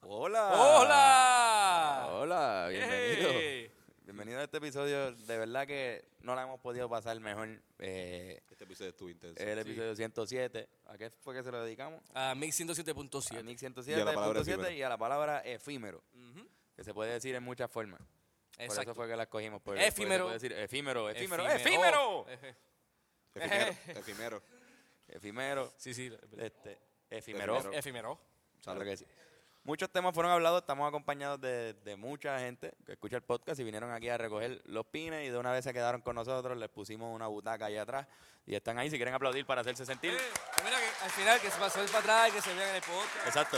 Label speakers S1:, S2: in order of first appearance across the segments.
S1: Hola.
S2: ¡Hola!
S1: Hola, Ah, bienvenido.
S2: Hey.
S1: Bienvenido a este episodio. De verdad que no la hemos podido pasar mejor. Eh,
S3: Este episodio estuvo intenso.
S1: el episodio 107. ¿A qué fue que se lo dedicamos?
S2: A
S1: A
S2: 1107.7.
S1: Nick
S3: Y a la palabra
S1: 107.7
S3: efímero.
S1: y a la palabra efímero,
S2: Ujú.
S1: que se puede decir en muchas formas. Por eso
S2: Exacto.
S1: fue que las cogimos. por- por eso se
S2: Efímero.
S1: puede decir efímero, efímero,
S2: Efímero. Oh.
S1: efímero.
S2: Efe.
S3: Efimero. Efimero.
S1: Efímero.
S2: Sí, sí. es verdad.
S1: Este, efímero.
S3: Efímero.
S2: Efímero.
S1: Claro que sí. Muchos temas fueron hablados, estamos acompañados de, de mucha gente que escucha el podcast y vinieron aquí a recoger los pines y de una vez se quedaron con nosotros, les pusimos una butaca allá atrás y están ahí si quieren aplaudir para hacerse sentir.
S2: Eh, mira que al final que se pasó el para atrás, que se vean en el podcast.
S1: Exacto.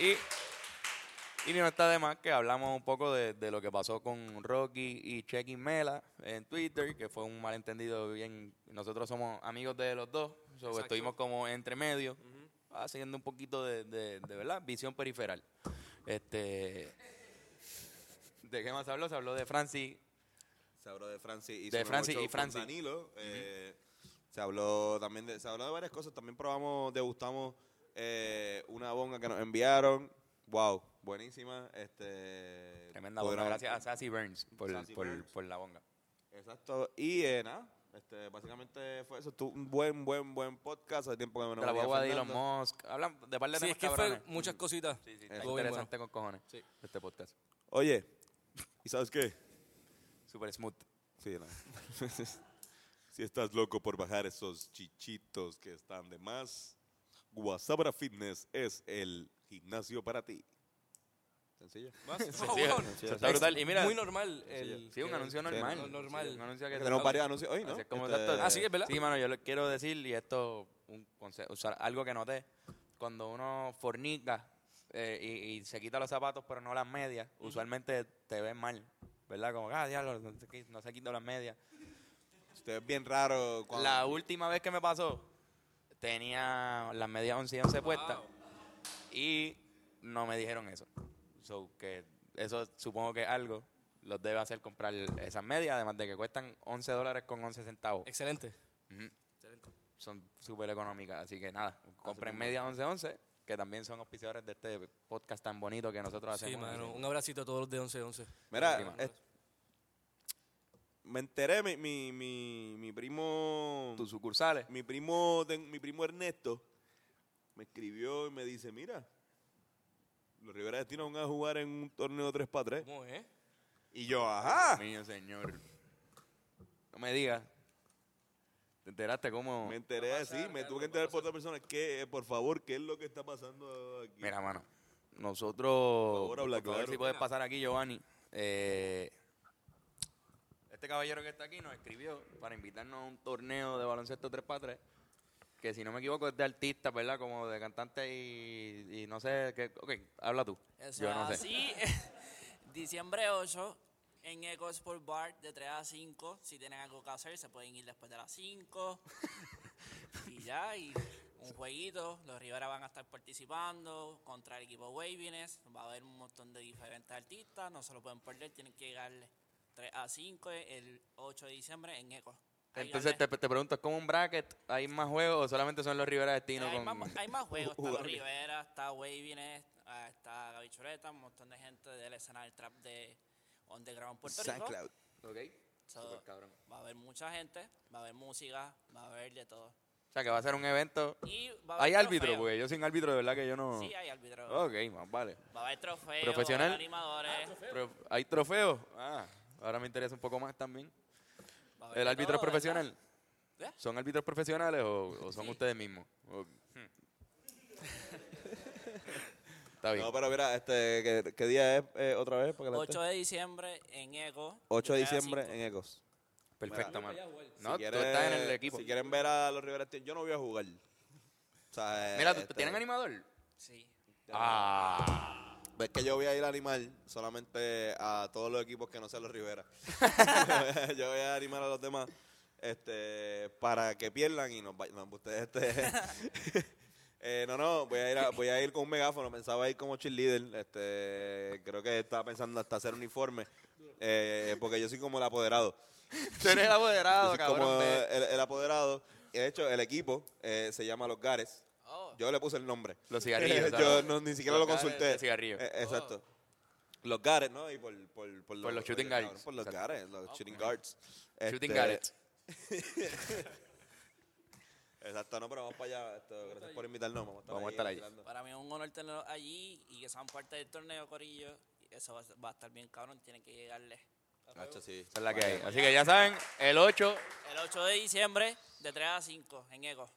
S1: Y, y no está de más que hablamos un poco de, de lo que pasó con Rocky y Chequi Mela en Twitter, que fue un malentendido bien. Nosotros somos amigos de los dos, so,
S2: Exacto.
S1: estuvimos como entre medio, haciendo un poquito de, de, de, verdad, visión periferal. Este. ¿De qué más se habló? Se habló de Francis.
S3: Se habló de Francis y
S1: De
S3: Super
S1: Francis
S3: Ocho
S1: y
S3: con
S1: Francis.
S3: Danilo. eh, Se habló también de, se habló de varias cosas. También probamos, degustamos eh, una bonga que nos enviaron. Wow, buenísima. Este,
S1: Tremenda
S3: pudieron-
S1: bonga. Gracias a Sassy Burns por,
S3: Sassy
S1: por-
S3: Burns.
S1: por la bonga.
S3: Exacto. Y eh, nada, este, básicamente fue eso. Estuvo un buen, buen, buen podcast. Hace tiempo que no
S1: De la
S3: veía
S1: guagua de Elon
S3: Fernando.
S1: Musk. Hablan de par de
S2: Sí,
S1: temas
S2: es que fue
S1: cabrones.
S2: muchas cositas.
S1: Sí, sí, está
S2: Estuvo bien
S1: interesante con cojones
S2: Sí.
S1: este podcast.
S3: Oye, ¿y sabes qué?
S1: Super smooth.
S3: Sí, no. si estás loco por bajar esos chichitos que están de más, Guasabra Fitness es el gimnasio para ti. Sencillo.
S2: bueno. Más-
S1: Sí,
S2: wow.
S3: sí,
S1: está brutal. Y mira,
S2: Muy normal.
S3: Sencillo.
S2: El,
S1: sí, un
S2: el-
S1: anuncio
S3: sí,
S1: normal.
S3: no-
S2: normal.
S1: Sí, un anuncio que
S3: Tenemos
S1: se-
S3: varios anuncios hoy, ¿no?
S1: Así es como
S3: Este,
S1: tanto-
S2: Ah, sí, es verdad.
S1: Sí, mano, yo lo quiero decir, y esto, un conse- o sea, algo que noté, cuando uno fornica eh, y, y se quita los zapatos pero no las medias, usualmente te ven mal, ¿verdad? Como, ah, diablo, no se qui- no se quitó las medias.
S3: Usted es este, bien raro. Cuando,
S1: La última vez que me pasó, tenía las medias 11 y 11 puestas y no me dijeron eso. So, que eso supongo que algo los debe hacer comprar esas medias, además de que cuestan 11 dólares con 11 centavos.
S2: Excelente.
S1: Ujú.
S2: Excelente.
S1: Son súper económicas, así que nada, compren medias 11 11, que también son auspiciadores de este podcast tan bonito que nosotros
S2: Sí,
S1: hacemos.
S2: mano.
S1: Así
S2: Un abracito a todos los de 1111.
S3: Mira,
S1: última.
S3: es- me enteré, mi, mi, mi, mi primo...
S1: que Tus sucursales.
S3: mi primo, ten- mi primo Ernesto me escribió y me dice, mira, los Rivera Destino van a jugar en un torneo 3 para 3.
S2: ¿Cómo es? eh?
S3: Y yo, ajá.
S1: Dios mío, señor. No me digas. ¿Te enteraste cómo?
S3: Me enteré así, me tuve que enterar por otra persona. ¿Qué, eh, por favor, ¿qué es lo que está pasando aquí?
S1: Mira, mano. Nosotros.
S3: Por favor,
S1: a
S3: habla claro.
S1: si puedes pasar aquí, Giovanni. Eh, este caballero que está aquí nos escribió para invitarnos a un torneo de baloncesto 3x3. Que si no me equivoco es de artistas, ¿verdad? Como de cantantes y, y no sé. Qué, ok, habla tú.
S4: Eso
S1: Yo no
S4: es
S1: sé.
S4: así. Diciembre 8 en Eco Sport Bar de 3 a 5. Si tienen algo que hacer, se pueden ir después de las 5. y ya, y un jueguito. Los Rivera van a estar participando contra el equipo Waviness. Va a haber un montón de diferentes artistas. No se lo pueden perder. Tienen que llegar 3 a 5 el 8 de diciembre en Eco. Ahí
S1: Entonces te,
S4: hablé.
S1: te pregunto, ¿es como un bracket? ¿Hay más juegos o solamente son los Rivera Destino?
S4: hay,
S1: con...
S4: más, hay más juegos. Está los
S3: jugadores.
S4: Rivera, está Wavines, ah, está Gaby Chuleta, un montón de gente del escenario del trap de Underground Puerto Rico.
S3: SoundCloud.
S1: Ok.
S4: So,
S1: Súper cabrón.
S4: va a haber mucha gente, va a haber música, va a haber de todo.
S1: O sea, que va a ser un evento.
S4: Y va a
S1: Hay
S4: haber
S1: árbitro,
S4: trofeos.
S1: porque yo sin árbitro, de verdad que yo no.
S4: Sí, hay árbitro.
S1: Ok, más vale.
S4: Va a haber trofeos,
S1: Profesional.
S4: va a haber animadores.
S1: Pero, ¿Hay trofeos? Ah, ahora me interesa un poco más también.
S4: va a haber
S1: ¿El
S4: de
S1: árbitro es
S4: todo, ¿verdad?
S1: profesional?
S4: ¿Eh?
S1: ¿Son árbitros profesionales o, o son
S4: Sí.
S1: ustedes mismos? O-
S3: Hmm.
S1: Está bien.
S3: No, pero mira, este, ¿qué, qué día es eh, otra vez? Para que la
S4: 8 de diciembre en Eco.
S3: 8 de
S4: de cada
S3: diciembre
S4: cinco.
S3: en Ecos.
S1: Perfecto,
S3: Mira,
S1: mano.
S3: Si
S1: No,
S3: quieren-
S1: tú estás en el equipo.
S3: Si quieren ver a los Rivera Destino, yo no voy a jugar. O sea, eh,
S1: Mira, ¿tú-
S3: este,
S1: ¿tienen animador?
S4: Sí.
S1: Ah.
S3: Ves que yo voy a ir a animar solamente a todos los equipos que no sean los Rivera. yo voy a animar a los demás este, para que pierdan y nos vayan. No, pues, ustedes, este, eh, no, no, voy a, ir a- voy a ir con un megáfono. Pensaba ir como cheerleader. Este, creo que estaba pensando hasta hacer uniforme. eh, porque yo soy como el apoderado.
S1: Tú eres el
S3: Yo
S1: apoderado,
S3: soy
S1: cabrón.
S3: como
S1: ve.
S3: el, el apoderado. Y de hecho, el equipo eh, se llama Los Gares.
S4: Oh.
S3: Yo le puse el nombre. Eh,
S1: Los cigarrillos.
S3: Yo
S1: ¿sabes?
S3: no, ni siquiera
S1: Los
S3: lo
S1: gares,
S3: consulté.
S1: los cigarrillos.
S3: Eh, exacto. Los gares, ¿no? Y por, por, por,
S1: los shooting
S3: cabrón,
S1: guards.
S3: Por los
S1: Exacto.
S3: gares, los shooting guards.
S1: Shooting
S3: Este,
S1: Garrett.
S3: Exacto, no, pero vamos para allá. esto, gracias por invitarnos. Vamos a estar
S1: Vamos a
S3: ahí
S1: estar ahí.
S3: vacilando.
S4: Para mí es un honor tenerlos allí y que sean parte del torneo, Corillo. Eso va a, ser- va a estar bien cabrón, tienen que llegarle.
S3: Hacho, sí.
S1: Esa es la que hay. Así que ya saben, el 8,
S4: El 8 de diciembre, de 3 a 5, en Eco.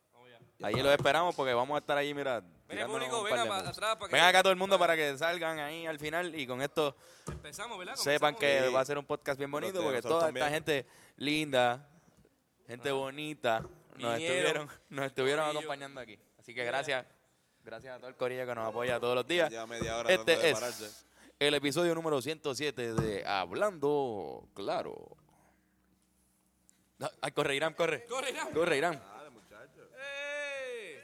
S1: ahí los esperamos porque vamos a estar ahí, mira. tirándonos
S2: público,
S1: un
S2: venga
S1: par de
S2: pa-
S1: moves.
S2: atrás para que-
S1: Venga acá todo el mundo para que salgan ahí al final y con esto
S2: Empezamos, ¿verdad?
S1: sepan
S2: Comenzamos.
S1: que
S3: Sí.
S1: va a ser un podcast bien bonito
S3: Nosotros
S1: porque toda
S3: también.
S1: esta gente linda, gente bonita, nos
S2: Vinieron.
S1: estuvieron, nos estuvieron
S2: Corillo.
S1: acompañando aquí. Así que gracias. Gracias a todo el corillo que nos apoya todos los días.
S3: Lleva media hora tratando
S1: Este
S3: de
S1: es
S3: pararse.
S1: el episodio número 107 de Hablando Claro. Ah, ah, corre, Irán, corre.
S2: Corre, ya.
S1: Corre, Irán.
S2: ¡Ey!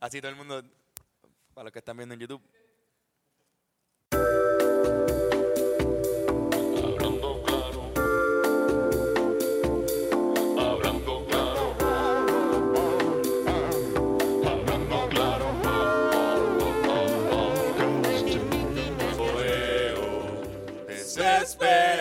S1: Así todo el mundo, para los que están viendo en YouTube.
S5: Hablando claro. Hablando claro. Hablando claro.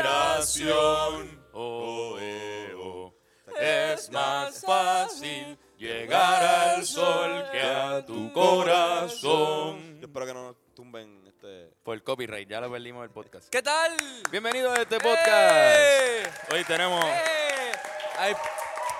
S1: Desesperación. Oh, eh, oh. Es más fácil llegar al sol que a tu corazón.
S3: Yo espero que no nos tumben este.
S1: Por copyright, ya lo perdimos del podcast.
S2: ¿Qué tal? ¡Eh!
S1: Bienvenidos a este podcast.
S2: ¡Ey!
S1: Hoy tenemos,
S2: ¡Ey! Hay,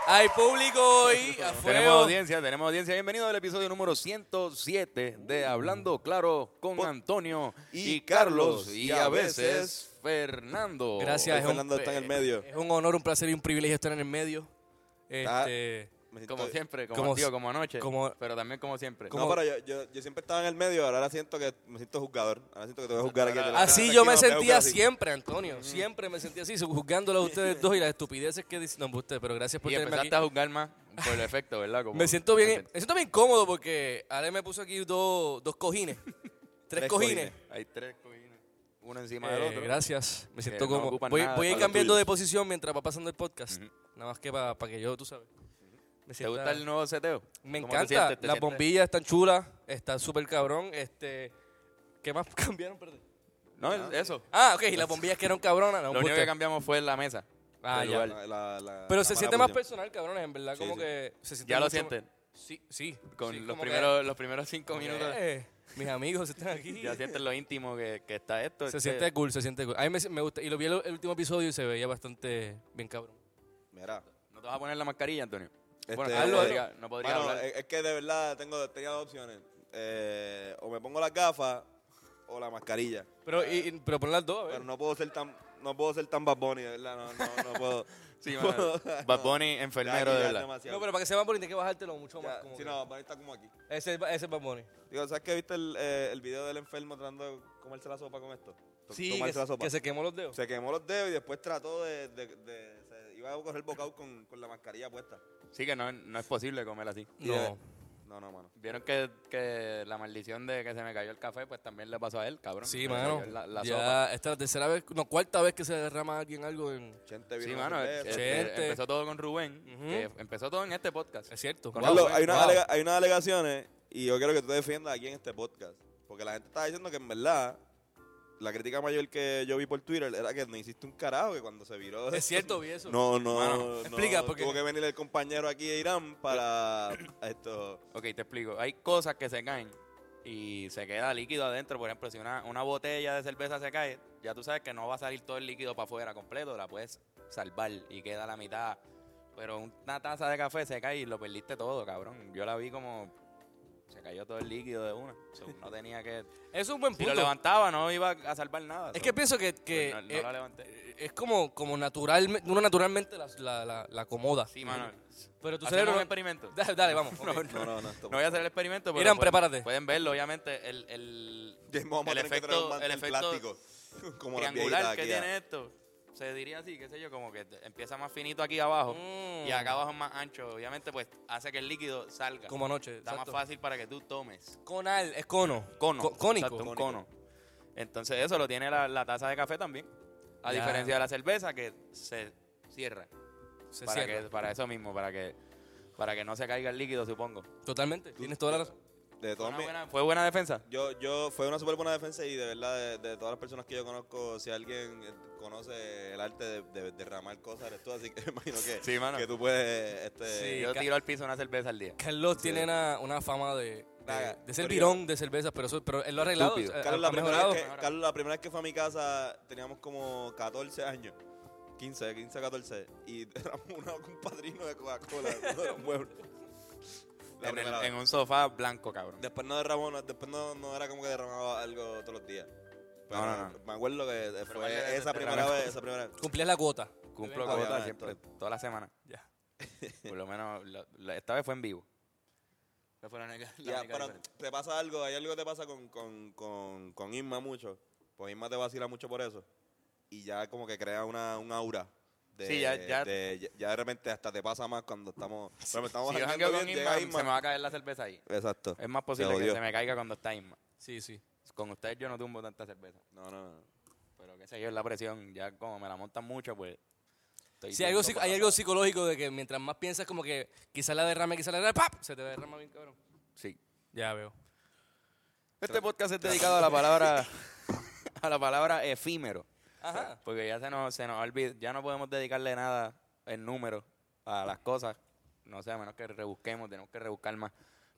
S2: hay público hoy. a
S1: tenemos
S2: fuego.
S1: audiencia, tenemos audiencia. Bienvenidos al episodio número 107 de Hablando Claro con
S3: Pod-
S1: Antonio
S3: y
S1: y Carlos
S3: Carlos,
S1: y
S3: y
S1: a
S3: a
S1: veces Fernando.
S2: Gracias.
S3: Hoy
S2: es un
S3: Fernando está en el medio.
S2: Es un honor, un placer y un privilegio estar en el medio.
S3: Está-
S2: Este,
S3: Me siento-
S1: Como siempre, como,
S2: Como
S1: tío,
S2: si-
S1: como anoche,
S2: como-
S1: pero también como siempre.
S2: como-
S3: No, pero yo, yo, yo siempre estaba en el medio, ahora siento que me siento juzgador. Ahora siento que te voy a juzgar
S1: Ah,
S3: aquí.
S2: Así
S3: Aquí
S2: yo me
S3: no voy a juzgar
S2: sentía
S3: así.
S2: siempre,
S1: Mm.
S2: Antonio. Siempre me sentía así, juzgándolo a ustedes dos y las estupideces que dicen. No, usted, pero gracias por
S1: Y
S2: tenerme aquí.
S1: empezaste a juzgar más por el efecto, ¿verdad? Como-
S2: Me siento bien, me siento bien cómodo porque Ale me puso aquí dos, dos cojines. Tres
S3: Tres
S2: cojines.
S1: Hay tres cojines, uno encima del
S2: Eh,
S1: otro.
S2: gracias. Me siento
S1: no
S2: cómodo.
S1: ocupan
S2: Voy,
S1: nada
S2: voy a ir
S3: para lo
S2: cambiando
S3: tuyo.
S2: de posición mientras va pasando el podcast. Nada más que para que yo, tú sabes. Me
S1: ¿Te
S2: sienta-
S1: gusta el nuevo seteo?
S2: Me
S1: ¿Cómo te
S2: encanta.
S1: sientes? ¿Te
S2: Las
S1: sientes-
S2: bombillas están chulas. Está súper cabrón. Este, ¿Qué más cambiaron? Perdón.
S1: No, el- eso.
S2: Ah, ok. y Las bombillas que eran cabronas. no,
S1: Lo único
S2: embuste.
S1: que cambiamos fue la mesa.
S2: Ah,
S1: el
S2: ya.
S1: lugar.
S3: La- la- la
S2: Pero se
S3: cámara
S2: siente más
S3: puso.
S2: personal, cabrones, en verdad.
S3: Sí,
S2: como
S3: sí.
S2: que se siente
S1: ¿Ya lo
S2: mucho más-
S1: sienten?
S2: Sí, sí.
S1: Con
S2: sí,
S1: los,
S2: como que,
S1: primeros, los primeros cinco minutos.
S2: eh, mis amigos están aquí.
S1: Ya sientes lo íntimo que, que está esto.
S2: Se
S1: este-
S2: siente cool, se siente cool. A mí me, me gusta. Y lo vi el, el último episodio y se veía bastante bien cabrón.
S3: Mira.
S1: ¿No te vas a poner la mascarilla, Antonio?
S3: Este,
S1: bueno, no
S2: hazlo,
S1: podría, no podría
S3: Mano,
S1: hablar.
S3: es, es que de verdad tengo, tenía dos opciones. Eh, o me pongo las gafas o la mascarilla.
S2: Pero, y, y- pero pon las dos, a ver.
S3: Pero no puedo ser tan, no puedo ser tan Bad Bunny, de verdad. No, no, no puedo.
S1: sí, mano. Bad Bunny, enfermero,
S3: Ya,
S1: de
S3: ya es
S1: verdad.
S3: demasiado.
S2: No, pero para que sea más bonito hay que bajártelo mucho más.
S3: Ya,
S2: como
S3: sí,
S2: que-
S3: no, Bad Bunny está como aquí.
S2: Ese, es- ese es Bad Bunny.
S3: Digo, ¿sabes que viste el, eh, el video del enfermo tratando de comerse la sopa con esto? To-
S2: que,
S3: tomarse la sopa.
S2: que se quemó los dedos.
S3: Se quemó los dedos y después trató de. de- de- se iba a correr bocado con, con la mascarilla puesta.
S1: Sí que no, no es posible comer así.
S2: No.
S3: No, no, mano.
S1: Vieron que, que la maldición de que se me cayó el café, pues también le pasó a él, cabrón.
S2: Sí,
S1: Se
S2: mano.
S1: cayó La, la
S2: ya,
S1: sopa.
S2: esta es la tercera vez, no, cuarta vez que se derrama a alguien algo en...
S3: Chente
S1: Sí,
S3: vino
S1: mano.
S3: a hacer
S1: eh,
S3: eso.
S2: Chente.
S1: eh, empezó todo con Rubén.
S2: Ujú.
S1: que empezó todo en este podcast.
S2: Es cierto.
S1: Con
S3: Carlos,
S1: Wow,
S3: hay, unas
S2: wow.
S3: alega- hay unas alegaciones y yo quiero que tú defiendas aquí en este podcast. Porque la gente estaba diciendo que en verdad la crítica mayor que yo vi por Twitter era que no hiciste un carajo que cuando se viró.
S2: Es cierto, vi eso.
S3: No, no,
S2: Mano,
S3: no.
S2: explica, porque-
S3: Tuvo que venir el compañero aquí de Irán para a esto.
S1: Ok, te explico. Hay cosas que se caen y se queda líquido adentro. Por ejemplo, si una, una botella de cerveza se cae, ya tú sabes que no va a salir todo el líquido para afuera completo. La puedes salvar y queda la mitad. Pero una taza de café se cae y lo perdiste todo, cabrón. Yo la vi como... Se cayó todo el líquido de una. So, no tenía que...
S2: Eso es un buen
S1: Si
S2: punto.
S1: lo levantaba, no iba a salvar nada.
S2: es
S1: So,
S2: que pienso que, que
S1: pues, no, no
S2: eh,
S1: la levanté.
S2: es como, como natural, uno naturalmente la, la, la, la acomoda.
S1: Sí, mano.
S2: Pero tu
S1: ¿Hacemos
S2: cerebro...
S1: un experimento?
S2: Dale, dale, vamos. ok.
S3: No, no, no. esto-
S1: No voy a hacer el experimento, pero...
S2: Irán,
S1: pueden-
S2: prepárate.
S1: Pueden verlo, obviamente. El, el,
S3: Ya Vamos a
S1: el
S3: tener que traer un
S1: efecto,
S3: mantel
S1: el efecto
S3: plástico. Como las viejitas
S1: triangular que
S3: aquí, ah.
S1: tiene esto. Se diría así, qué sé yo, como que te- empieza más finito aquí abajo
S2: Mm.
S1: y acá abajo es más ancho. Obviamente, pues hace que el líquido salga.
S2: Como anoche.
S1: Está
S2: exacto.
S1: más fácil para que tú tomes.
S2: Conal, es cono.
S1: Cono.
S2: Co- cónico.
S1: Exacto, un cono. Entonces, eso lo tiene la, la taza de café también. A
S2: Ya.
S1: diferencia de la cerveza que se cierra.
S2: Se
S1: para,
S2: cierra.
S1: Que, para eso mismo, para que Para que no se caiga el líquido, supongo.
S2: Totalmente. Tienes toda la razón.
S3: De
S1: ¿Fue
S3: todas
S1: una
S3: mi-
S1: buena, fue buena defensa?
S3: Yo, yo, fue una súper buena defensa y de verdad, de, de todas las personas que yo conozco, si alguien eh, conoce el arte de, de- de derramar cosas, eres tú, así que imagino que,
S1: Sí, mano.
S3: que tú puedes... Este,
S2: Sí.
S1: Eh, Yo
S2: ca-
S1: tiro al piso una cerveza al día.
S2: Carlos tiene una, una fama de, de,
S3: Nada,
S2: de ser
S3: pero
S2: virón de cervezas, pero, eso- pero él lo ha arreglado.
S1: Estúpido.
S2: ha-
S3: Carlos,
S2: ha
S3: la primera
S2: mejorado.
S3: vez que, Carlos, la primera vez que fue a mi casa teníamos como 14 años. 15, 15, 14. Y éramos una- un padrino de Coca-Cola uno de los muebles. La
S1: En, el-
S3: primera vez.
S1: en un sofá blanco, cabrón.
S3: Después no derramó, no- después no, no era como que derramaba algo todos los días.
S1: No,
S3: Pero
S1: no, no.
S3: me acuerdo que eh,
S1: vale,
S3: fue esa
S1: derramé
S3: primera
S1: cosas.
S3: vez, esa primera vez.
S2: Cumplías la cuota.
S1: Cumplo
S3: Ah,
S1: con
S3: ya,
S1: siempre,
S3: entonces.
S1: toda la semana.
S2: Ya.
S1: Por lo menos, la- la- esta vez fue en vivo. Esa fue la única- la
S3: Ya,
S1: única
S3: pero
S1: diferencia.
S3: te pasa algo, hay algo que te pasa con, con, con, con Isma mucho. Pues Isma te vacila mucho por eso. Y ya como que crea una, un aura. De,
S1: Sí, ya- ya-
S3: De, ya- ya de repente hasta te pasa más cuando estamos. Bueno, estamos
S1: Si yo
S3: jangueando
S1: jangueo con
S3: bien,
S1: Isma,
S3: llega
S1: se me va Eh, a caer la cerveza ahí.
S3: Exacto.
S1: Es más
S3: Te
S1: posible que
S3: odio.
S1: se me caiga cuando está Isma.
S2: Sí, sí.
S1: Con ustedes yo no tumbo tanta cerveza.
S3: No, no, no.
S1: Pero qué sé yo, es la presión. Ya como me la montan mucho, pues... estoy
S2: Sí, hay algo,
S1: tonto
S2: psico-
S1: para
S2: hay algo
S1: todo.
S2: psicológico de que mientras más piensas, como que quizás la derrame, quizás la derrame, ¡pap! Se te derrama bien, cabrón.
S1: Sí.
S2: Ya veo.
S1: Este podcast es dedicado a la palabra... a la palabra efímero.
S2: Ajá.
S1: Porque ya se nos, se nos olvida, ya no podemos dedicarle nada en número a las cosas. No sé, a menos que rebusquemos, tenemos que rebuscar más.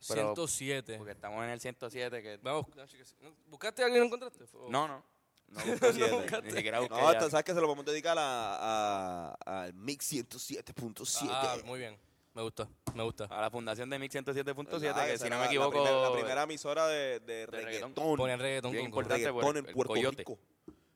S1: Pero
S2: 107.
S1: porque estamos en el 107 que...
S2: Vamos. ¿Buscaste a alguien y no encontraste? ¿O-
S1: No, no. No,
S3: siete.
S1: ni siquiera busqué
S3: No,
S1: ya.
S3: esto, ¿sabes que Se lo podemos dedicar a, a- al Mix 107.7.
S2: Ah, muy bien. Me gusta, me gusta.
S1: A la fundación de Mix 107.7,
S3: Ah,
S1: que si
S3: esa
S1: no
S3: era
S1: me
S3: la-
S1: equivoco...
S3: La primera, la primera emisora de, de,
S1: reggaetón.
S3: reggaetón.
S2: Ponen reggaetón
S1: bien
S2: con- con-
S1: importante,
S3: reggaetón
S1: por el-
S3: en
S1: el
S3: Puerto
S1: Coyote.
S3: Rico.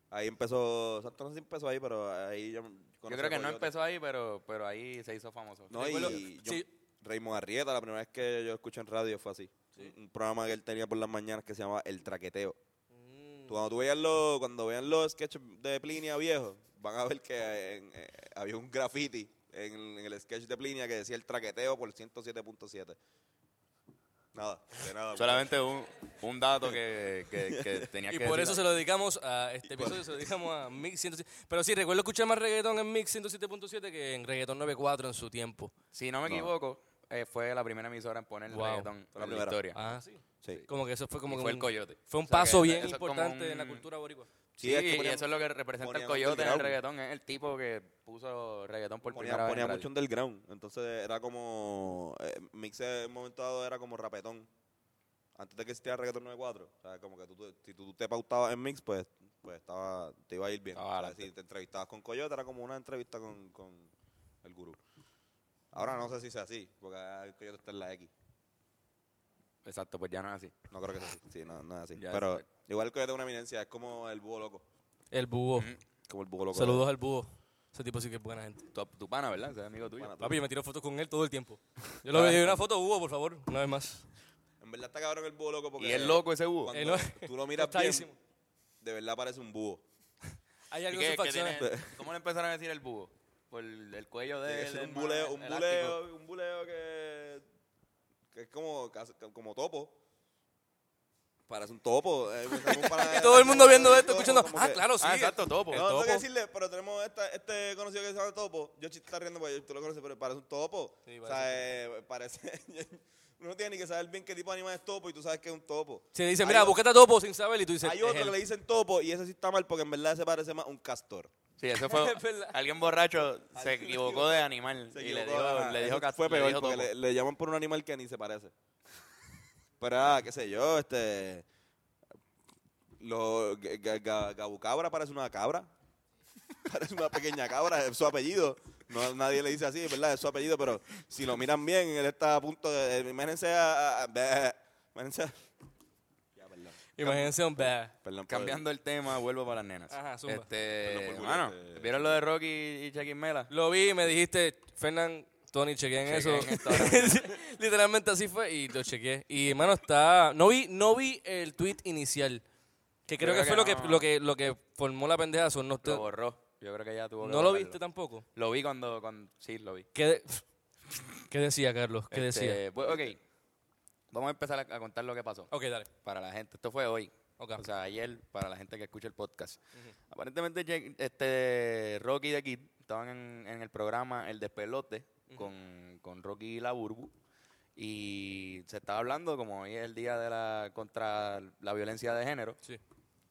S3: Ahí empezó, o sea, no sé si empezó ahí, pero ahí yo conocí
S1: Yo creo
S3: a
S1: que no
S3: Coyote.
S1: empezó ahí, pero, pero ahí se hizo famoso.
S3: No, y yo,
S2: sí.
S3: Raymond Arrieta, la primera vez que yo escuché en radio fue así. Un, un programa que él tenía por las mañanas que se llamaba El Traqueteo.
S1: Mm.
S3: Tú, cuando, tú veas los, cuando vean los sketches de Plinia viejo, van a ver que en- eh, había un graffiti en, en el sketch de Plinia que decía El Traqueteo por 107.7. Nada, de nada.
S1: Solamente un, un dato que, que, que tenía
S2: Y
S1: que
S2: por
S1: decir.
S2: eso se lo dedicamos a este episodio, se lo dedicamos a Mix 107. Pero sí, recuerdo escuchar más reggaetón en Mix 107.7 que en reggaetón 94 en su tiempo.
S1: Si no me
S3: No.
S1: equivoco, eh, fue la primera emisora en poner el
S2: Wow.
S1: reggaetón
S3: Fue la
S1: en la
S3: primera.
S1: historia.
S2: Ah, sí.
S3: Sí.
S2: Como que eso fue como
S1: Y
S2: que
S1: fue
S2: un-
S1: el coyote.
S2: Fue un
S1: O sea, que
S2: paso
S1: eso-
S2: bien
S1: eso es como
S2: importante en la
S1: un-
S2: cultura boricua.
S1: Sí,
S3: Sí, es que
S1: y
S3: ponían-
S1: eso es lo que representa el
S3: ponían
S1: coyote en el
S3: underground.
S1: reggaetón. Es el tipo que puso reggaetón por
S3: Ponía,
S1: primera
S3: ponía
S1: vez. en
S3: mucho underground. Entonces era como. eh, mix en un momento dado era como rapetón. Antes de que existiera reggaetón 94. O sea, como que tú, tú- si tú te pautabas en mix, pues, pues estaba, te iba a ir bien.
S1: Estaba
S3: O sea,
S1: adelante.
S3: si te entrevistabas con Coyote, era como una entrevista con, con el gurú. Ahora no sé si sea así, porque ahora el Coyote está en la X.
S1: radio. Exacto, pues ya no es así.
S3: No creo que sea así. Sí, no, no es así.
S1: Ya,
S3: Pero
S1: pues.
S3: igual el Coyote es una eminencia, es como el búho loco.
S2: El búho.
S3: Como el búho loco.
S2: Saludos al búho. Ese tipo sí que es buena gente.
S1: Tu, tu pana, ¿verdad? Ese es amigo tuyo.
S3: Pana.
S2: Papi, yo me tiro fotos con él todo el tiempo. Yo lo veo una foto, Hugo, por favor, una vez más.
S3: En verdad está cabrón el búho loco porque.
S1: y es loco ese búho.
S2: Eh,
S3: Cuando
S2: no-
S3: tú lo miras
S2: Tostadísimo.
S3: bien, de verdad parece un búho.
S2: Hay
S1: ¿Y
S2: algo
S1: qué- qué
S2: en sus facciones.
S1: tiene- ¿Cómo le empezaron a decir el búho? Por el, el cuello de
S3: Tiene
S1: él.
S3: que ser
S1: el
S3: un
S1: más
S3: buleo, un
S1: elástico.
S3: buleo, un buleo que, que es como, casi- como topo. Parece un topo. eh, como para-
S2: Todo el mundo viendo
S3: como
S2: esto, escuchando.
S3: como
S2: Ah,
S3: que-
S2: claro, sí.
S1: Ah, exacto, topo.
S2: El
S3: No, no sé
S2: topo.
S3: qué decirle, pero tenemos esta- este conocido que se llama Topo. Yo chiste está riendo porque tú lo conoces, pero parece un topo.
S2: Sí,
S3: o sea, eh, parece... uno no tiene ni que saber bien qué tipo de animal es topo y tú sabes que es un topo.
S2: Se dice,
S3: Hay
S2: mira,
S3: otro-
S2: búscate a Topo sin saber y tú dices.
S3: Hay
S2: es
S3: otro
S2: él.
S3: que le dicen topo y ese sí está mal porque en verdad se parece más a un castor.
S1: Sí, eso fue.
S2: Es verdad.
S1: alguien borracho se
S3: Alguien
S1: equivocó de animal.
S3: Se
S1: y le
S3: equivocó,
S1: dijo,
S3: ajá.
S1: le
S3: Eso
S1: dijo que
S3: fue
S1: le
S3: peor
S1: dijo
S3: porque
S1: topo.
S3: le, le llaman por un animal que ni se parece. Pero, ah, qué sé yo, este. Lo, Ga- Ga- Ga- Gabucabra parece una cabra. Parece una pequeña cabra, es su apellido. No, nadie le dice así, ¿verdad? Es su apellido, pero si lo miran bien, él está a punto de. eh, Imagínense a. a- a- imagínense a- Ya, perdón.
S2: Imagínense un bad.
S3: Perdón, por-
S1: Cambiando el tema, vuelvo para las nenas.
S2: Ajá, zumba.
S1: Este,
S3: Perdón por
S1: mano,
S3: bullying, eh.
S1: ¿vieron lo de Rocky y Chequín Mela?
S2: Lo vi y me dijiste, Fernán, Tony, chequeé en
S1: Chequeen
S2: eso.
S1: esto ahora
S2: Sí, Literalmente así fue y lo chequeé. Y hermano, está. No vi, no vi el tweet inicial. Que creo,
S1: creo
S2: que,
S1: que
S2: fue lo, que,
S1: no.
S2: lo, que, lo que formó la pendeja. son no, te-
S1: Lo borró. Yo creo que ya tuvo que
S2: ¿no lo
S1: borrarlo.
S2: viste tampoco.
S1: Lo vi cuando, cuando- Sí, lo vi.
S2: ¿Qué, de- ¿Qué decía, Carlos? ¿Qué
S1: Este,
S2: decía?
S1: Pues, ok. Vamos a empezar a, a contar lo que pasó.
S2: Ok, dale.
S1: Para la gente. Esto fue hoy.
S2: Ok.
S1: O sea, ayer, para la gente que escucha el podcast. Aparentemente, Jake- este, Rocky y The Kid estaban en, en el programa El Despelote. con, con Rocky y la Burbu. Y se estaba hablando, como hoy es el día de la contra la violencia de género,
S2: Sí.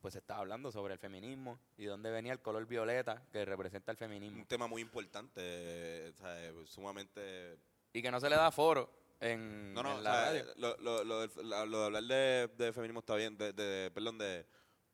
S1: pues se estaba hablando sobre el feminismo y dónde venía el color violeta que representa el feminismo.
S3: Un tema muy importante, eh, o sea, eh, sumamente...
S1: Y que no se le da foro en,
S3: No, no,
S1: en
S3: o
S1: la
S3: sea, eh,
S1: radio.
S3: lo, lo- lo del- la- lo de hablar de, de feminismo está bien, de, de- perdón, de,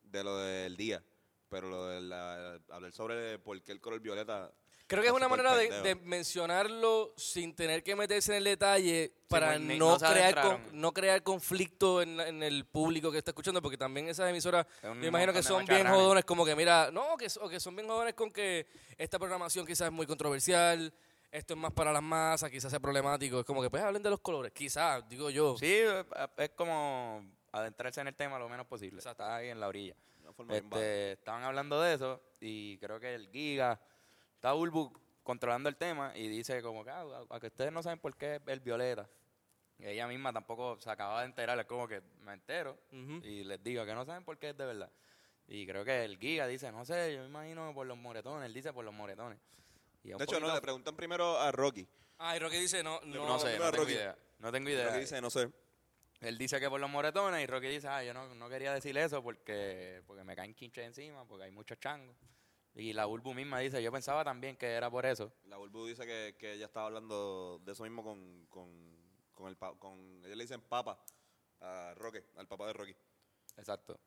S3: de lo del día, pero lo de la- hablar sobre por qué el color violeta...
S2: Creo que es
S3: está
S2: una
S3: súper
S2: manera de,
S3: pendejo.
S2: de mencionarlo sin tener que meterse en el detalle para
S1: pues, ni-
S2: no,
S1: no se
S2: crear
S1: adentraron.
S2: con- no crear conflicto en, la- en el público que está escuchando, porque también esas emisoras,
S1: Es un
S2: me imagino que
S1: montón de
S2: son bien
S1: macharranes.
S2: jodones, como que mira, no, que, so- que son bien jodones con que esta programación quizás es muy controversial, esto es más para las masas, quizás sea problemático, es como que pues hablen de los colores, quizás, digo yo.
S1: Sí, eh, es como adentrarse en el tema lo menos posible.
S2: Exacto.
S1: Está ahí en la orilla.
S3: Una forma bien
S1: Este,
S3: baja.
S1: estaban hablando de eso y creo que el Giga está Bulbu controlando el tema y dice como que "Ah, a, a que ustedes no saben por qué el Violeta. Y ella misma tampoco se acababa de enterar, es como que me entero
S2: Ujú.
S1: y les digo que no saben por qué es de verdad. Y creo que el Giga dice, no sé, yo me imagino por los moretones, él dice por los moretones. Y es un
S3: De hecho, no,
S1: poquito-
S3: le preguntan primero a Rocky.
S2: Ah, y Rocky dice, no, no,
S1: no, sé,
S3: primero
S1: no
S3: a
S1: tengo
S3: Rocky.
S1: idea. No tengo idea.
S3: Rocky dice, no sé.
S1: Él dice que por los moretones y Rocky dice, ah, yo no, no quería decir eso porque, porque me caen quinches encima, porque hay muchos changos. Y la Bulbu misma dice, yo pensaba también que era por eso.
S3: La Bulbu dice que, que ella estaba hablando de eso mismo con, con, con el pa- con ellos le dicen papa a Rocky, al papá de Rocky.
S1: Exacto.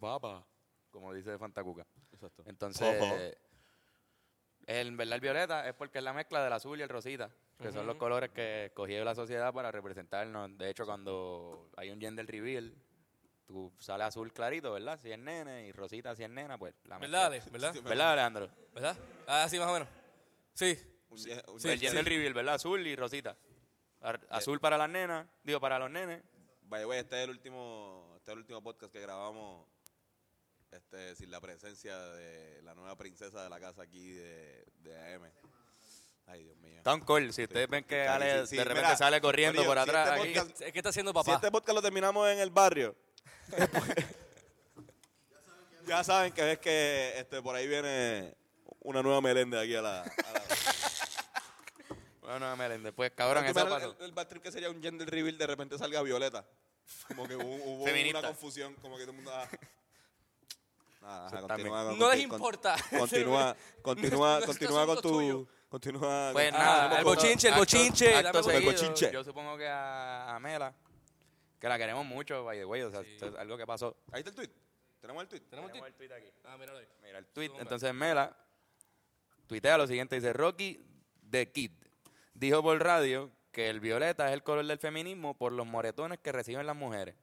S1: Papa. Como dice Fantacuca.
S3: Exacto.
S1: Entonces,
S3: Ojo.
S1: en verdad el violeta es porque es la mezcla del azul y el rosita, que son los colores que escogió la sociedad para representarnos. De hecho, cuando hay un gender reveal, tú sale azul clarito, ¿verdad? Si es nene y rosita si es nena, pues la
S2: ¿verdad,
S1: mezcla.
S2: Ale? ¿Verdad?
S1: ¿Verdad, Alejandro?
S2: ¿Verdad? Ah, sí, más o menos. Sí,
S3: Un día- un
S1: Sí,
S3: día-
S1: el gender reveal, ¿verdad? Azul y rosita. Ar- Azul para las nenas, digo, para los nenes.
S3: By the way, este es el último, este es el último podcast que grabamos este, sin la presencia de la nueva princesa de la casa aquí de, de AM. Ay, Dios mío.
S1: Town call, si ustedes ven que Ale
S3: Sí, sí,
S1: de repente
S3: mira,
S1: sale corriendo
S3: corillo,
S1: por
S3: si
S1: atrás.
S3: este
S1: aquí.
S3: podcast-
S2: es que está haciendo
S3: Si
S2: papá.
S3: este podcast lo terminamos en el barrio, ya saben que es que este, por ahí viene una nueva melenda aquí a la... a la-
S1: Bueno, no, Melen, después, cabrón, eso
S3: Imagínate
S1: pasó.
S3: el, el bad trip que sería un gender reveal de repente salga Violeta. Como que hubo, hubo
S1: Feminista.
S3: una confusión, como que todo el mundo... ah. Nada, ajá,
S1: Eso
S3: continúa,
S1: también.
S3: con-
S2: No les
S3: con-
S2: importa.
S3: Continúa, continúa,
S2: no es
S3: continúa con
S2: asunto
S3: tu...
S2: tuyo.
S3: Continúa...
S1: Pues
S3: con- Ah,
S1: nada,
S2: el
S3: vamos con-
S2: bochinche, el
S1: acto-
S2: bochinche,
S1: acto
S2: dame
S1: seguido,
S3: el bochinche.
S1: Yo supongo que a, a Mela, que la queremos mucho, by the way, o sea, esto es algo que pasó.
S3: Ahí está el tweet. Tenemos el tweet.
S2: ¿Tenemos el tweet?
S1: tweet aquí.
S2: Ah, míralo ahí.
S1: Mira el tweet.
S2: Zumba.
S1: Entonces Mela tuitea lo siguiente, dice Rocky The Kid. Dijo por radio que el violeta es el color del feminismo por los moretones que reciben las mujeres.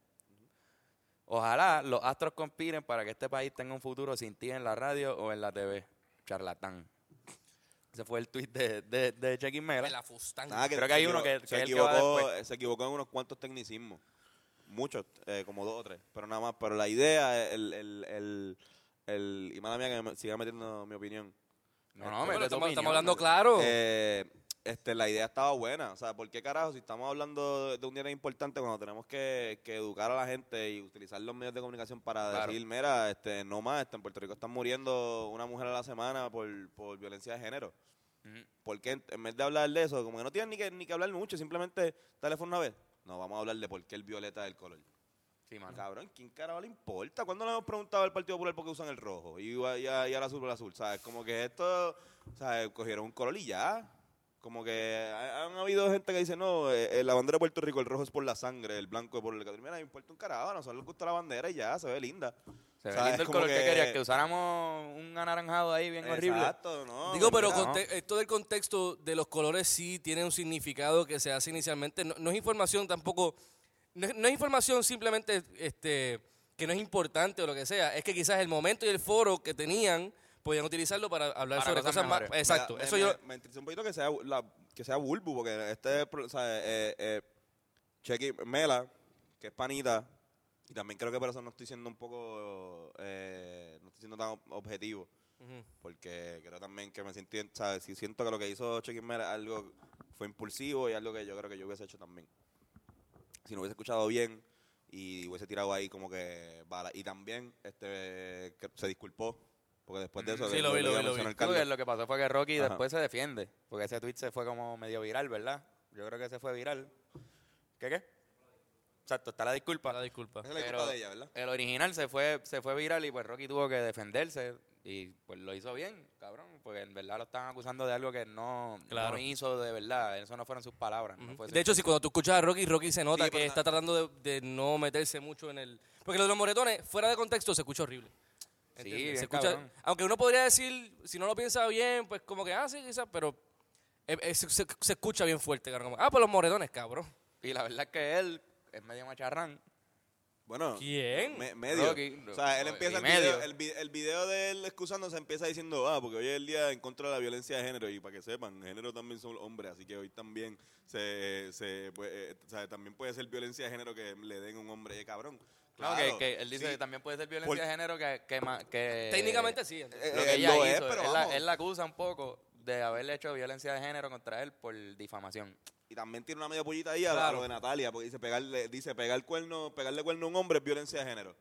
S1: Ojalá los astros conspiren para que este país tenga un futuro sin ti en la radio o en la TV. Charlatán. Ese fue el tweet de, de, de Chequi Mela.
S2: Me la fustanga.
S3: Nada,
S1: Creo que
S3: se
S1: hay uno
S3: equivo-
S1: que- que
S3: se,
S1: es el que va
S3: equivocó,
S1: después.
S3: eh, se equivocó en unos cuantos tecnicismos. Muchos, eh, como dos o tres, pero nada más. Pero la idea, el, el, el, el- y mala mía que me siga metiendo mi opinión.
S1: No, no,
S2: Bueno,
S1: mete tu
S2: estamos, estamos
S1: opinión.
S2: hablando claro.
S3: Eh, este, la idea estaba buena. O sea, ¿por qué carajo si estamos hablando de un día tan importante cuando tenemos que, que educar a la gente y utilizar los medios de comunicación para
S1: Claro.
S3: decir, mira, este, no más, este, en Puerto Rico están muriendo una mujer a la semana por, por violencia de género?
S1: Ujú.
S3: Porque en, en vez de hablar de eso, como que no tienen ni que, ni que hablar mucho, simplemente teléfono una vez. No, vamos a hablar de por qué el violeta del color.
S1: Sí, mano.
S3: Ah, Cabrón, ¿quién carajo le importa? ¿Cuándo le hemos preguntado al Partido Popular por qué usan el rojo? Y, a- y, a- y al azul por el azul, ¿sabes? Como que esto, ¿sabes? Cogieron un color y ya. Como que ha- han habido gente que dice, no, eh, eh, la bandera de Puerto Rico, el rojo es por la sangre, el blanco es por el catrón. Mira, me importa un carajo, a nosotros nos gusta la bandera y ya, se ve linda.
S1: Se ve
S3: ¿Sabes?
S1: lindo el
S3: Como
S1: color que,
S3: que-
S1: querías, que usáramos un anaranjado ahí bien horrible.
S3: Exacto, no.
S2: Digo, pero
S3: mira,
S2: conte- eh, todo el contexto de los colores sí tiene un significado que se hace inicialmente. No, no es información tampoco. No, es- no es información simplemente este, que no es importante o lo que sea. Es que quizás el momento y el foro que tenían podían utilizarlo para hablar
S1: Para
S2: sobre
S1: cosas
S2: cosas más.
S1: mejores.
S2: Exacto.
S3: Me-
S2: Eso
S3: me-
S2: yo.
S3: Me interesa un poquito que sea, la- que sea Bulbu, porque este. pro- O sea, eh, eh, Chequi Mela, que es panita, y también creo que por eso no estoy siendo un poco. eh, no estoy siendo tan ob- objetivo,
S2: Ujú.
S3: porque creo también que me siento. o sea, si siento que lo que hizo Chequi Mela es algo fue impulsivo y algo que yo creo que yo hubiese hecho también. Si no hubiese escuchado bien y hubiese tirado ahí como que bala. Y también este que se disculpó Porque después de eso.
S2: Sí,
S3: que
S2: lo vi, lo vi, lo
S3: iba a
S2: vi.
S3: mencionar
S1: Creo que
S3: Carlos.
S1: lo que pasó fue que Rocky
S3: Ajá.
S1: después se defiende. Porque ese tweet se fue como medio viral, ¿verdad? Yo creo que se fue viral. ¿Qué qué? Exacto, está la disculpa.
S2: La disculpa.
S3: Esa es la
S1: Pero-
S3: culpa de ella, ¿verdad?
S1: El original se fue, se fue viral y pues Rocky tuvo que defenderse. Y pues lo hizo bien, cabrón. Porque en verdad lo estaban acusando de algo que no,
S2: Claro.
S1: no hizo de verdad. Eso no fueron sus palabras. no fue
S2: De hecho, si cuando tú escuchas a Rocky, Rocky se nota
S3: Sí,
S2: que
S3: pero
S2: está tratando de, de no meterse mucho en el. Porque lo de los moretones, fuera de contexto, se escucha horrible.
S1: Sí,
S2: ¿Entiendes?
S1: bien
S2: se escucha,
S1: cabrón.
S2: aunque uno podría decir, si no lo piensa bien, pues como que, ah, sí, quizás, pero eh, eh, se, se- se escucha bien fuerte, cabrón. como, ah, pues los moretones, cabrón.
S1: Y la verdad es que él es medio macharrán.
S3: Bueno.
S2: ¿Quién?
S1: eh,
S3: me- medio.
S1: Rocky,
S3: o sea, él
S1: no,
S3: empieza
S1: y
S3: el video,
S1: medio.
S3: el, vi- el video de él excusándose empieza diciendo, ah, porque hoy es el día en contra de la violencia de género. Y para que sepan, género también son hombres, así que hoy también se, se puede- eh, o sea, también puede ser violencia de género que le den a un hombre, eh, cabrón.
S1: No, que, que él dice
S3: sí.
S1: que también puede ser violencia de género que... que, ma- que-
S2: Técnicamente sí. ¿entiendes?
S3: Eh,
S1: lo que
S3: eh,
S1: ella
S3: lo
S1: hizo,
S3: es,
S1: él,
S3: pero
S1: la,
S3: vamos.
S1: él la acusa un poco de haberle hecho violencia de género contra él por difamación.
S3: Y también tiene una media pollita ahí a la- a lo de Natalia, porque dice pegarle, dice pegar cuerno, pegarle cuerno a un hombre es violencia de género.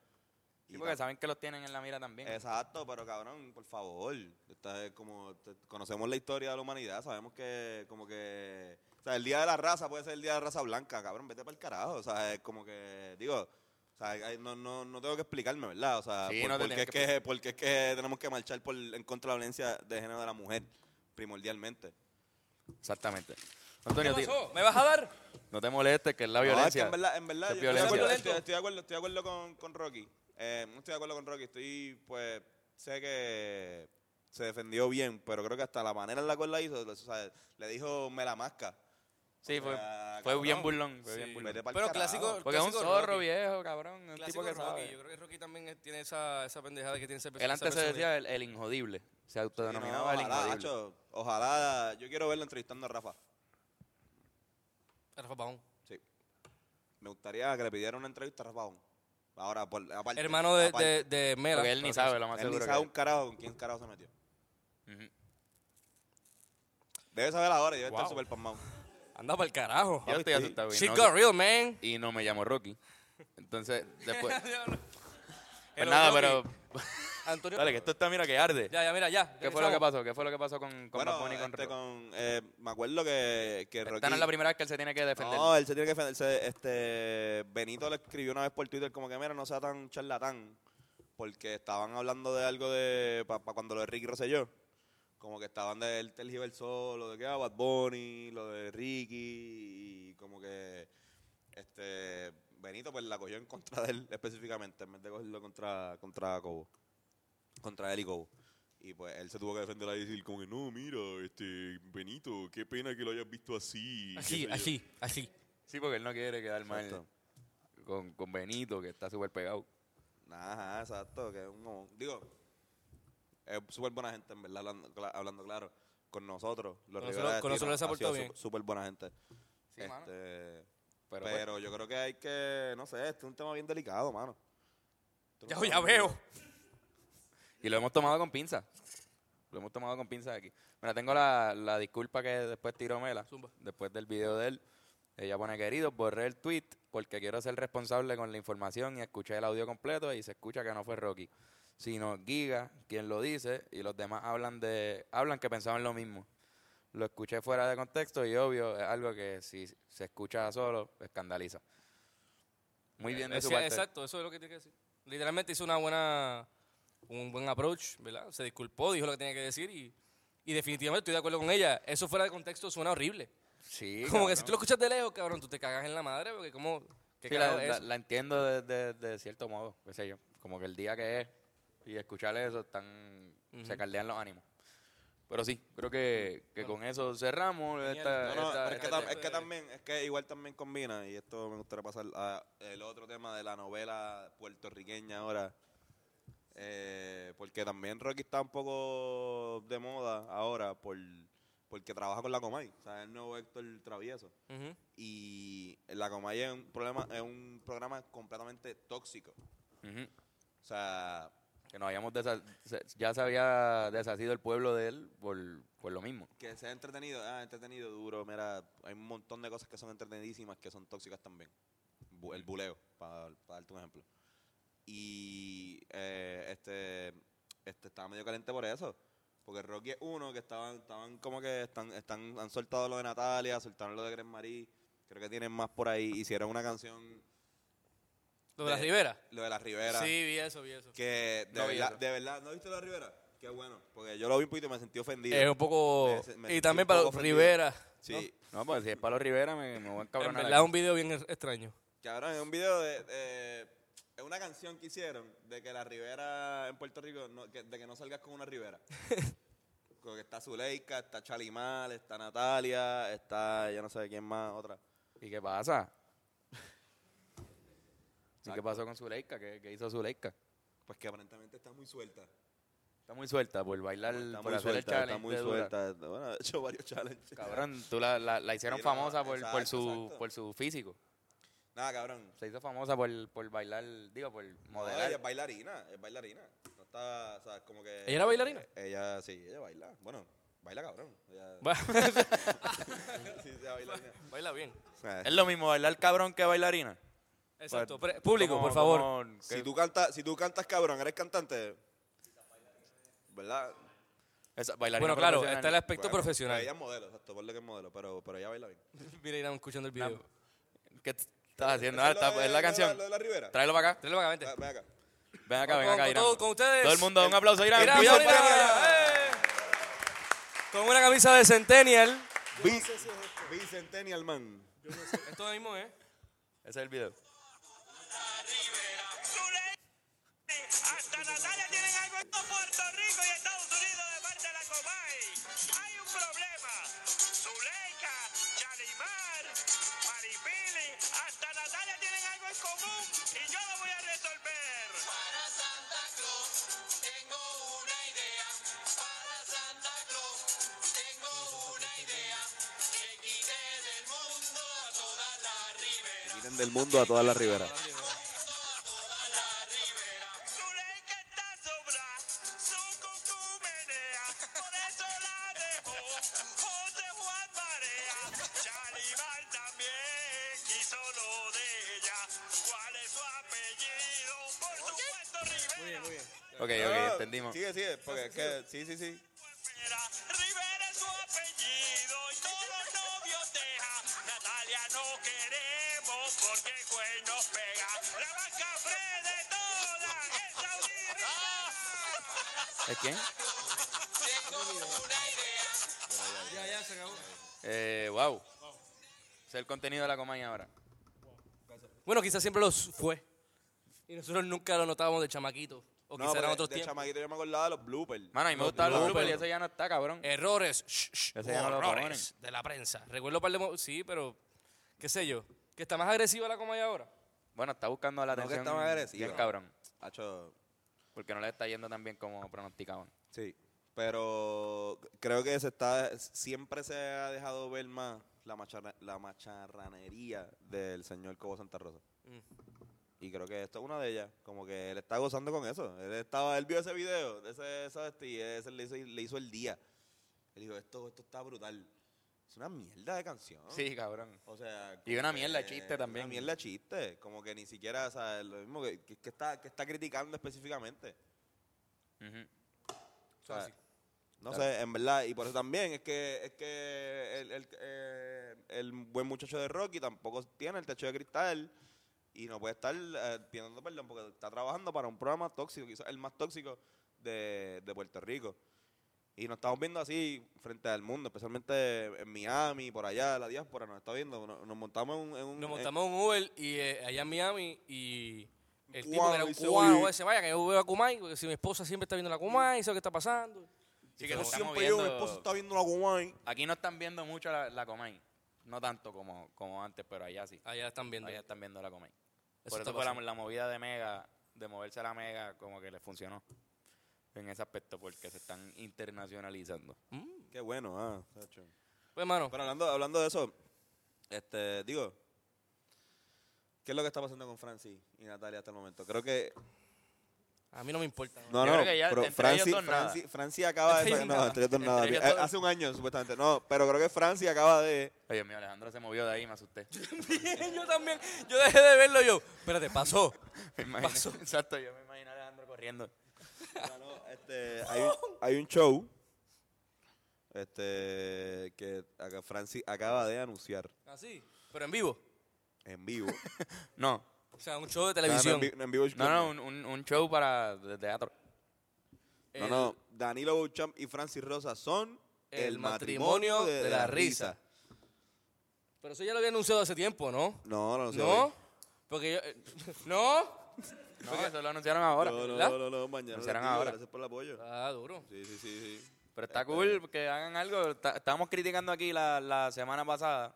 S1: Y porque saben que los tienen en la mira también.
S3: Exacto, pero cabrón, por favor. Esta es como te- conocemos la historia de la humanidad, sabemos que como que o sea, el día de la raza puede ser el día de la raza blanca, cabrón, vete para el carajo, o sea, es como que digo, o sea, hay- no, no, no tengo que explicarme, ¿verdad? O sea,
S1: Sí,
S3: por-
S1: no te
S3: porque, es
S1: tienes que
S3: que, porque es que tenemos que marchar por, en contra de la violencia de género de la mujer, primordialmente.
S1: Exactamente.
S2: ¿Qué
S1: Antonio, ti-
S2: pasó? ¿Me vas a dar?
S1: no te molestes que es la
S3: No,
S1: violencia.
S3: es que en verdad, en verdad,
S1: Es
S3: yo estoy, de
S1: violencia.
S3: acuerdo,
S2: Violento.
S3: estoy- estoy de acuerdo, estoy de acuerdo con, con Rocky. Eh, no estoy de acuerdo con Rocky. Estoy, pues, sé que se defendió bien, pero creo que hasta la manera en la cual la hizo, o sea, le dijo me la masca.
S1: Sí, fue,
S3: Ah,
S1: fue bien
S3: cabrón.
S1: burlón. fue
S2: Sí.
S1: bien burlón.
S3: Vete pa'l
S2: Pero
S3: carajo.
S2: clásico-
S1: Porque es un
S2: Clásico
S1: zorro
S2: Rocky.
S1: viejo, cabrón. Un tipo
S2: Clásico
S1: que
S2: Rocky.
S1: sabe.
S2: Yo creo que Rocky también es- tiene esa, esa pendejada que tiene ese
S1: Él antes se decía el, el injodible. Se autodenominaba
S3: Sí,
S1: el
S3: no, ojalá,
S1: injodible.
S3: hacho, ojalá, yo quiero verlo entrevistando a Rafa.
S2: Rafa Pajón.
S3: Sí. Me gustaría que le pidiera una entrevista a Rafa. Aún. Ahora, por, aparte,
S2: Hermano de, de,
S3: aparte.
S2: de Mela.
S1: Porque él ni sabe, lo más
S3: Él ni
S1: seguro.
S3: sabe
S1: que-
S3: un carajo con quién carajo se metió.
S1: Ujú.
S3: Debe saber ahora, y debe
S2: Wow.
S3: estar súper palmado.
S2: Anda para el carajo.
S1: Yo estoy
S3: Sí.
S1: asustado. y
S2: Shit
S1: no-
S2: got real, man.
S1: Y no me llamo Rocky. Entonces, después. pues
S2: Hello,
S1: nada, pero.
S2: Rocky. Antonio.
S1: Dale, que esto está, mira, que arde.
S2: Ya, ya, mira, ya.
S1: ¿Qué fue lo que
S2: Regresamos.
S1: pasó? ¿Qué fue lo que pasó con, con Bad
S3: Bueno,
S1: Bunny y con
S3: este,
S1: Rocky?
S3: con, eh, me acuerdo que, que
S1: Esta no es la primera vez que él se tiene que defender.
S3: No, eh. él se tiene que defenderse. Este, Benito le escribió una vez por Twitter como que, mira, no sea tan charlatán, porque estaban hablando de algo de, para cuando lo de Ricky Rosselló, como que estaban de él tergiversó lo de que, ah, Bad Bunny, lo de Ricky, y como que, este, Benito pues la cogió en contra de él específicamente, en vez de cogerlo contra, contra Cobo, contra él y Cobo. Y pues él se tuvo que defender y decir como que no, mira, este Benito, qué pena que lo hayas visto así. qué sé
S2: Así,
S3: yo".
S2: así, así.
S1: Sí, porque él no quiere quedar mal
S3: Exacto.
S1: con, con Benito, que está súper pegado.
S3: Ajá, exacto, que es un como- digo, es súper buena gente, en verdad, hablando, cla- hablando claro, con nosotros, los
S2: Con nosotros-
S3: Rivera de
S2: con nosotros
S3: Tiro,
S2: se ha portado
S3: sido
S2: bien.
S3: su- Súper buena gente.
S1: Sí,
S3: Este,
S1: mano.
S3: pero
S1: Pero, pues,
S3: yo creo que hay que, no sé, este es un tema bien delicado, mano. Tú
S2: Ya,
S3: no
S2: ya
S3: sabes.
S2: veo.
S1: Y lo hemos tomado con pinza. Lo hemos tomado con pinza aquí. Mira, tengo la, la disculpa que después tiró Mela.
S2: Zumba.
S1: Después del video de él. Ella pone, querido, borré el tweet porque quiero ser responsable con la información y escuché el audio completo y se escucha que no fue Rocky, sino Giga quien lo dice y los demás hablan de hablan que pensaban lo mismo. Lo escuché fuera de contexto y obvio es algo que si se escucha solo escandaliza. Muy bien de su
S2: Decía-
S1: parte.
S2: Exacto, eso Eh, es lo que tiene que decir. Literalmente hizo una buena, un buen approach, ¿verdad? Se disculpó, dijo lo que tenía que decir y, y definitivamente estoy de acuerdo con ella. Eso fuera de contexto suena horrible.
S1: Sí,
S2: Como que si
S1: cabrón.
S2: tú lo escuchas de lejos, cabrón, tú te cagas en la madre porque como... ¿qué
S1: Sí, la,
S2: carajo es
S1: la-
S2: eso?
S1: la entiendo de, de- de cierto modo, qué sé yo. Como que el día que es y escuchar eso están, se caldean los ánimos. Pero sí, creo que, que con eso cerramos. Esta,
S3: No, no,
S1: esta-
S3: pero es, que
S1: esta-
S3: tam- es que también, es que igual también combina, y esto me gustaría pasar al otro tema de la novela puertorriqueña ahora, eh, porque también Rocky está un poco de moda ahora por, porque trabaja con la Comay, o sea, el nuevo Héctor Travieso.
S2: Ujú.
S3: Y la Comay es un, problema, es un programa completamente tóxico.
S1: Ujú.
S3: O sea,
S1: Que nos habíamos desa- se- ya se había deshacido el pueblo de él por, por lo mismo.
S3: que sea entretenido, ah, entretenido, duro, mira, hay un montón de cosas que son entretenidísimas que son tóxicas también. Bu- El buleo, para, darte un ejemplo. Y eh, este este, estaba medio caliente por eso. Porque Rocky es uno que estaban, estaban como que están, están, han soltado lo de Natalia, soltaron lo de Gren Marie. Creo que tienen más por ahí. Hicieron una canción,
S2: ¿Lo de la
S3: Eh,
S2: Rivera?
S3: lo de la Rivera.
S2: Sí, vi eso, vi eso.
S3: Que de,
S2: No vi
S3: verdad,
S2: eso.
S3: de verdad, ¿no viste lo de Rivera? Qué bueno. Porque yo lo vi un poquito y me sentí ofendido.
S2: Es un poco...
S3: Me- me
S2: Y
S3: sentí
S2: también
S3: un
S2: para
S3: poco ofendido.
S2: Rivera.
S3: Sí.
S1: No, pues si es Palo Rivera, me, me voy a
S2: En
S1: encabronar.
S2: verdad,
S1: aquí.
S2: un video bien er- extraño.
S3: Cabrón, es un video de, de- Es una canción que hicieron de que la Rivera en Puerto Rico. no- que- de que no salgas con una Rivera. Porque está Zuleika, está Chalimal, está Natalia, está. Yo no sé quién más, otra.
S1: ¿Y qué pasa? ¿Y qué pasó con Zuleika? ¿Qué, qué hizo Zuleika?
S3: Pues que aparentemente está muy suelta.
S1: Está muy suelta por bailar,
S3: Está
S1: por
S3: muy
S1: hacer
S3: suelta,
S1: el challenge.
S3: está muy
S1: de Dura.
S3: suelta. Bueno, ha hecho varios challenges.
S1: Cabrón, tú la, la- la hicieron
S3: Sí, no,
S1: famosa por, por
S3: exacto,
S1: su,
S3: exacto.
S1: por su físico.
S3: Nada, cabrón.
S1: Se hizo famosa por, por bailar, digo, por
S3: No,
S1: modelar.
S3: ella es bailarina, es bailarina. No está, o sea, como que. eh,
S2: ¿Ella era bailarina?
S3: Ella, sí, ella baila. Bueno, baila cabrón. Ella, sí, ella bailarina.
S2: Baila bien.
S1: Es lo mismo bailar cabrón que bailarina.
S2: Exacto.
S1: Pues,
S2: Pre- Público,
S1: ¿cómo-
S2: por favor.
S1: cómo-
S3: Si
S1: qué-
S3: tú cantas, si tú cantas cabrón, eres cantante. ¿Verdad?
S1: esa- bailarina
S2: Bueno, claro,
S1: profesional.
S2: está el aspecto
S3: Bueno,
S2: profesional.
S3: Ella es modelo, exacto, por lo que es modelo, pero, pero ella baila bien.
S2: Mira, Irán escuchando el video.
S1: ¿Qué t- estás haciendo?
S3: ¿Eso
S1: Ah,
S3: es lo
S1: está-
S3: de-
S1: es la
S3: lo de
S1: canción.
S3: Lo de la Rivera.
S1: Tráelo para acá.
S2: Tráelo para acá,
S3: Ah,
S2: vente.
S3: Ven acá.
S1: Ven acá,
S2: Con-
S1: ven acá,
S2: con
S1: Irán.
S2: todo- con ustedes.
S1: Todo el mundo, un aplauso, Irán.
S2: Irán,
S1: Cuidado,
S2: Irán,
S1: para
S2: Irán.
S1: allá.
S2: ¡Eh! Con una camisa de Centennial.
S3: Bi- Bicentennial Man.
S2: Esto mismo, ¿eh?
S1: Ese es el video.
S6: Hasta Natalia tienen algo en Puerto Rico y Estados Unidos de parte de la Comay. Hay un problema. Zuleika, Chalimar, Maripili, hasta Natalia tienen algo en común y yo lo voy a resolver. Para Santa Claus tengo una idea. Para Santa Claus tengo una idea. Que quite del mundo a toda la ribera.
S3: Vienen del mundo a todas las Riveras.
S6: Zuleika está sobra, su concumenea, por eso la dejó. José Juan Marea, Chalimar también quiso lo de ella. ¿Cuál es su apellido? Por supuesto, Rivera.
S1: Ok, ok, entendimos.
S3: Ah, Sigue, sigue, porque es que. Sí, sí, sí.
S6: Rivera, Rivera es su apellido y todos los novios deja. Natalia no queremos porque el cuerno nos pega. La vaca fre de toda esa unirriba.
S1: ¿Es quién?
S2: Ya, ya, se acabó.
S1: Eh, wow. Ese es el contenido de la compañía ahora.
S2: Bueno, quizás siempre los fue. Y nosotros nunca lo notábamos de chamaquito. O
S3: No,
S2: quizás
S3: pero
S2: eran
S3: de-
S2: otros
S3: de
S2: tiempos.
S3: chamaquito yo me acordaba de los bloopers.
S1: Mano, a mí me gustaban los
S2: no,
S1: bloopers y
S2: pero-
S1: eso ya no está, cabrón.
S2: Errores. shh, shh,
S1: Ese ya no lo
S2: horrores de la prensa. Recuerdo par de mo- Sí, pero. ¿Qué sé yo? Que está más agresiva la Comay ahora.
S1: Bueno, está buscando la
S3: No que
S1: atención.
S3: está más agresiva.
S1: Bien cabrón.
S3: Hacho,
S1: Porque no le está yendo tan bien como pronosticaban.
S3: sí. Pero creo que se está, siempre se ha dejado ver más la, macharra- la macharranería del señor Cobo Santa Rosa.
S2: Mm.
S3: Y creo que esto es una de ellas. Como que él está gozando con eso. Él estaba, él vio ese video, de ese, esa bestia, y ese le hizo, le hizo el día. Él dijo, esto, esto está brutal. Es una mierda de canción.
S1: Sí, cabrón.
S3: O sea,
S1: Y una
S3: como
S1: mierda de
S3: que-
S1: chiste también.
S3: Una mierda de chiste. Como que ni siquiera, o sea, lo mismo que, que- que está, que está criticando específicamente.
S1: Ujú.
S3: O sea,
S2: Fácil.
S3: no sé, en verdad, y por eso también es que, es que el, el- eh, el buen muchacho de Rocky tampoco tiene el techo de cristal y no puede estar eh, pidiendo perdón porque está trabajando para un programa tóxico, quizás el más tóxico de, de Puerto Rico. Y nos estamos viendo así frente al mundo, especialmente en Miami, por allá, la diáspora nos está viendo. Nos, nos montamos en un... en un-
S2: Nos
S3: en-
S2: montamos en un Uber y, eh, allá en Miami y el tipo
S3: Guau,
S2: que era un
S3: dice,
S2: cubano
S3: "Oye".
S2: ese vaya que yo veo a Kumai, porque si mi esposa siempre está viendo la Kumai, sabe qué está pasando.
S1: Sí, que
S3: Yo
S1: nos estamos
S3: siempre yo, mi
S1: viendo-
S3: esposo está viendo la Guay.
S1: Aquí no están viendo mucho la, la Comay. No tanto como, como antes, pero allá sí.
S2: Allá están viendo.
S1: Allá están viendo la Comay.
S2: Eso
S1: Por
S2: está
S1: eso fue la,
S2: pasando.
S1: la movida de Mega, de moverse a la Mega, como que le funcionó en ese aspecto, porque se están internacionalizando.
S3: Qué bueno, ah. Sacho.
S2: Pues hermano,
S3: Pero hablando, hablando de eso, este, digo, ¿qué es lo que está pasando con Francis y Natalia hasta el momento? Creo que.
S2: a mí no me importa.
S1: Yo
S3: No, no,
S1: creo que ya
S3: pero
S1: entre
S3: Francis,
S1: ellos dos nada.
S3: Francis, Francis acaba
S2: Entre
S3: de.
S2: ellos
S3: No,
S2: nada.
S3: entre ellos dos
S1: Entre
S3: nada.
S1: ellos
S3: Eh,
S1: dos.
S3: Hace un año, supuestamente. No, pero creo que Francis acaba de.
S1: Ay, Dios mío, Alejandro se movió de ahí, me asusté.
S2: yo también, yo dejé de verlo yo. Espérate, pasó.
S1: Me imagino- Exacto, yo me imagino a Alejandro corriendo.
S3: Ganó, este, hay, un- hay un show este, que acá Francis acaba de anunciar
S2: Así, pero en vivo.
S3: en vivo.
S1: No,
S2: O sea, un show de
S3: O sea,
S2: televisión.
S3: no, en vi- en vivo es
S1: no,
S3: que-
S1: no, un, un- un show para de teatro.
S3: No,
S2: Eh,
S3: no, Danilo Bouchamp y Francis Rosa son
S2: El matrimonio de la risa. Pero eso ya lo había anunciado hace tiempo, ¿no?
S3: No, no, no sé.
S2: ¿No? Porque yo... eh, ¿No?
S1: No, eso lo anunciaron ahora.
S3: No, no,
S2: ¿verdad?
S3: no, no, no, mañana.
S1: Lo
S3: lo
S1: serán
S3: digo,
S1: ahora.
S3: Gracias por el apoyo.
S2: Ah, duro.
S3: Sí, sí, sí, sí.
S1: Pero está cool que hagan algo. Está- estábamos criticando aquí la, la semana pasada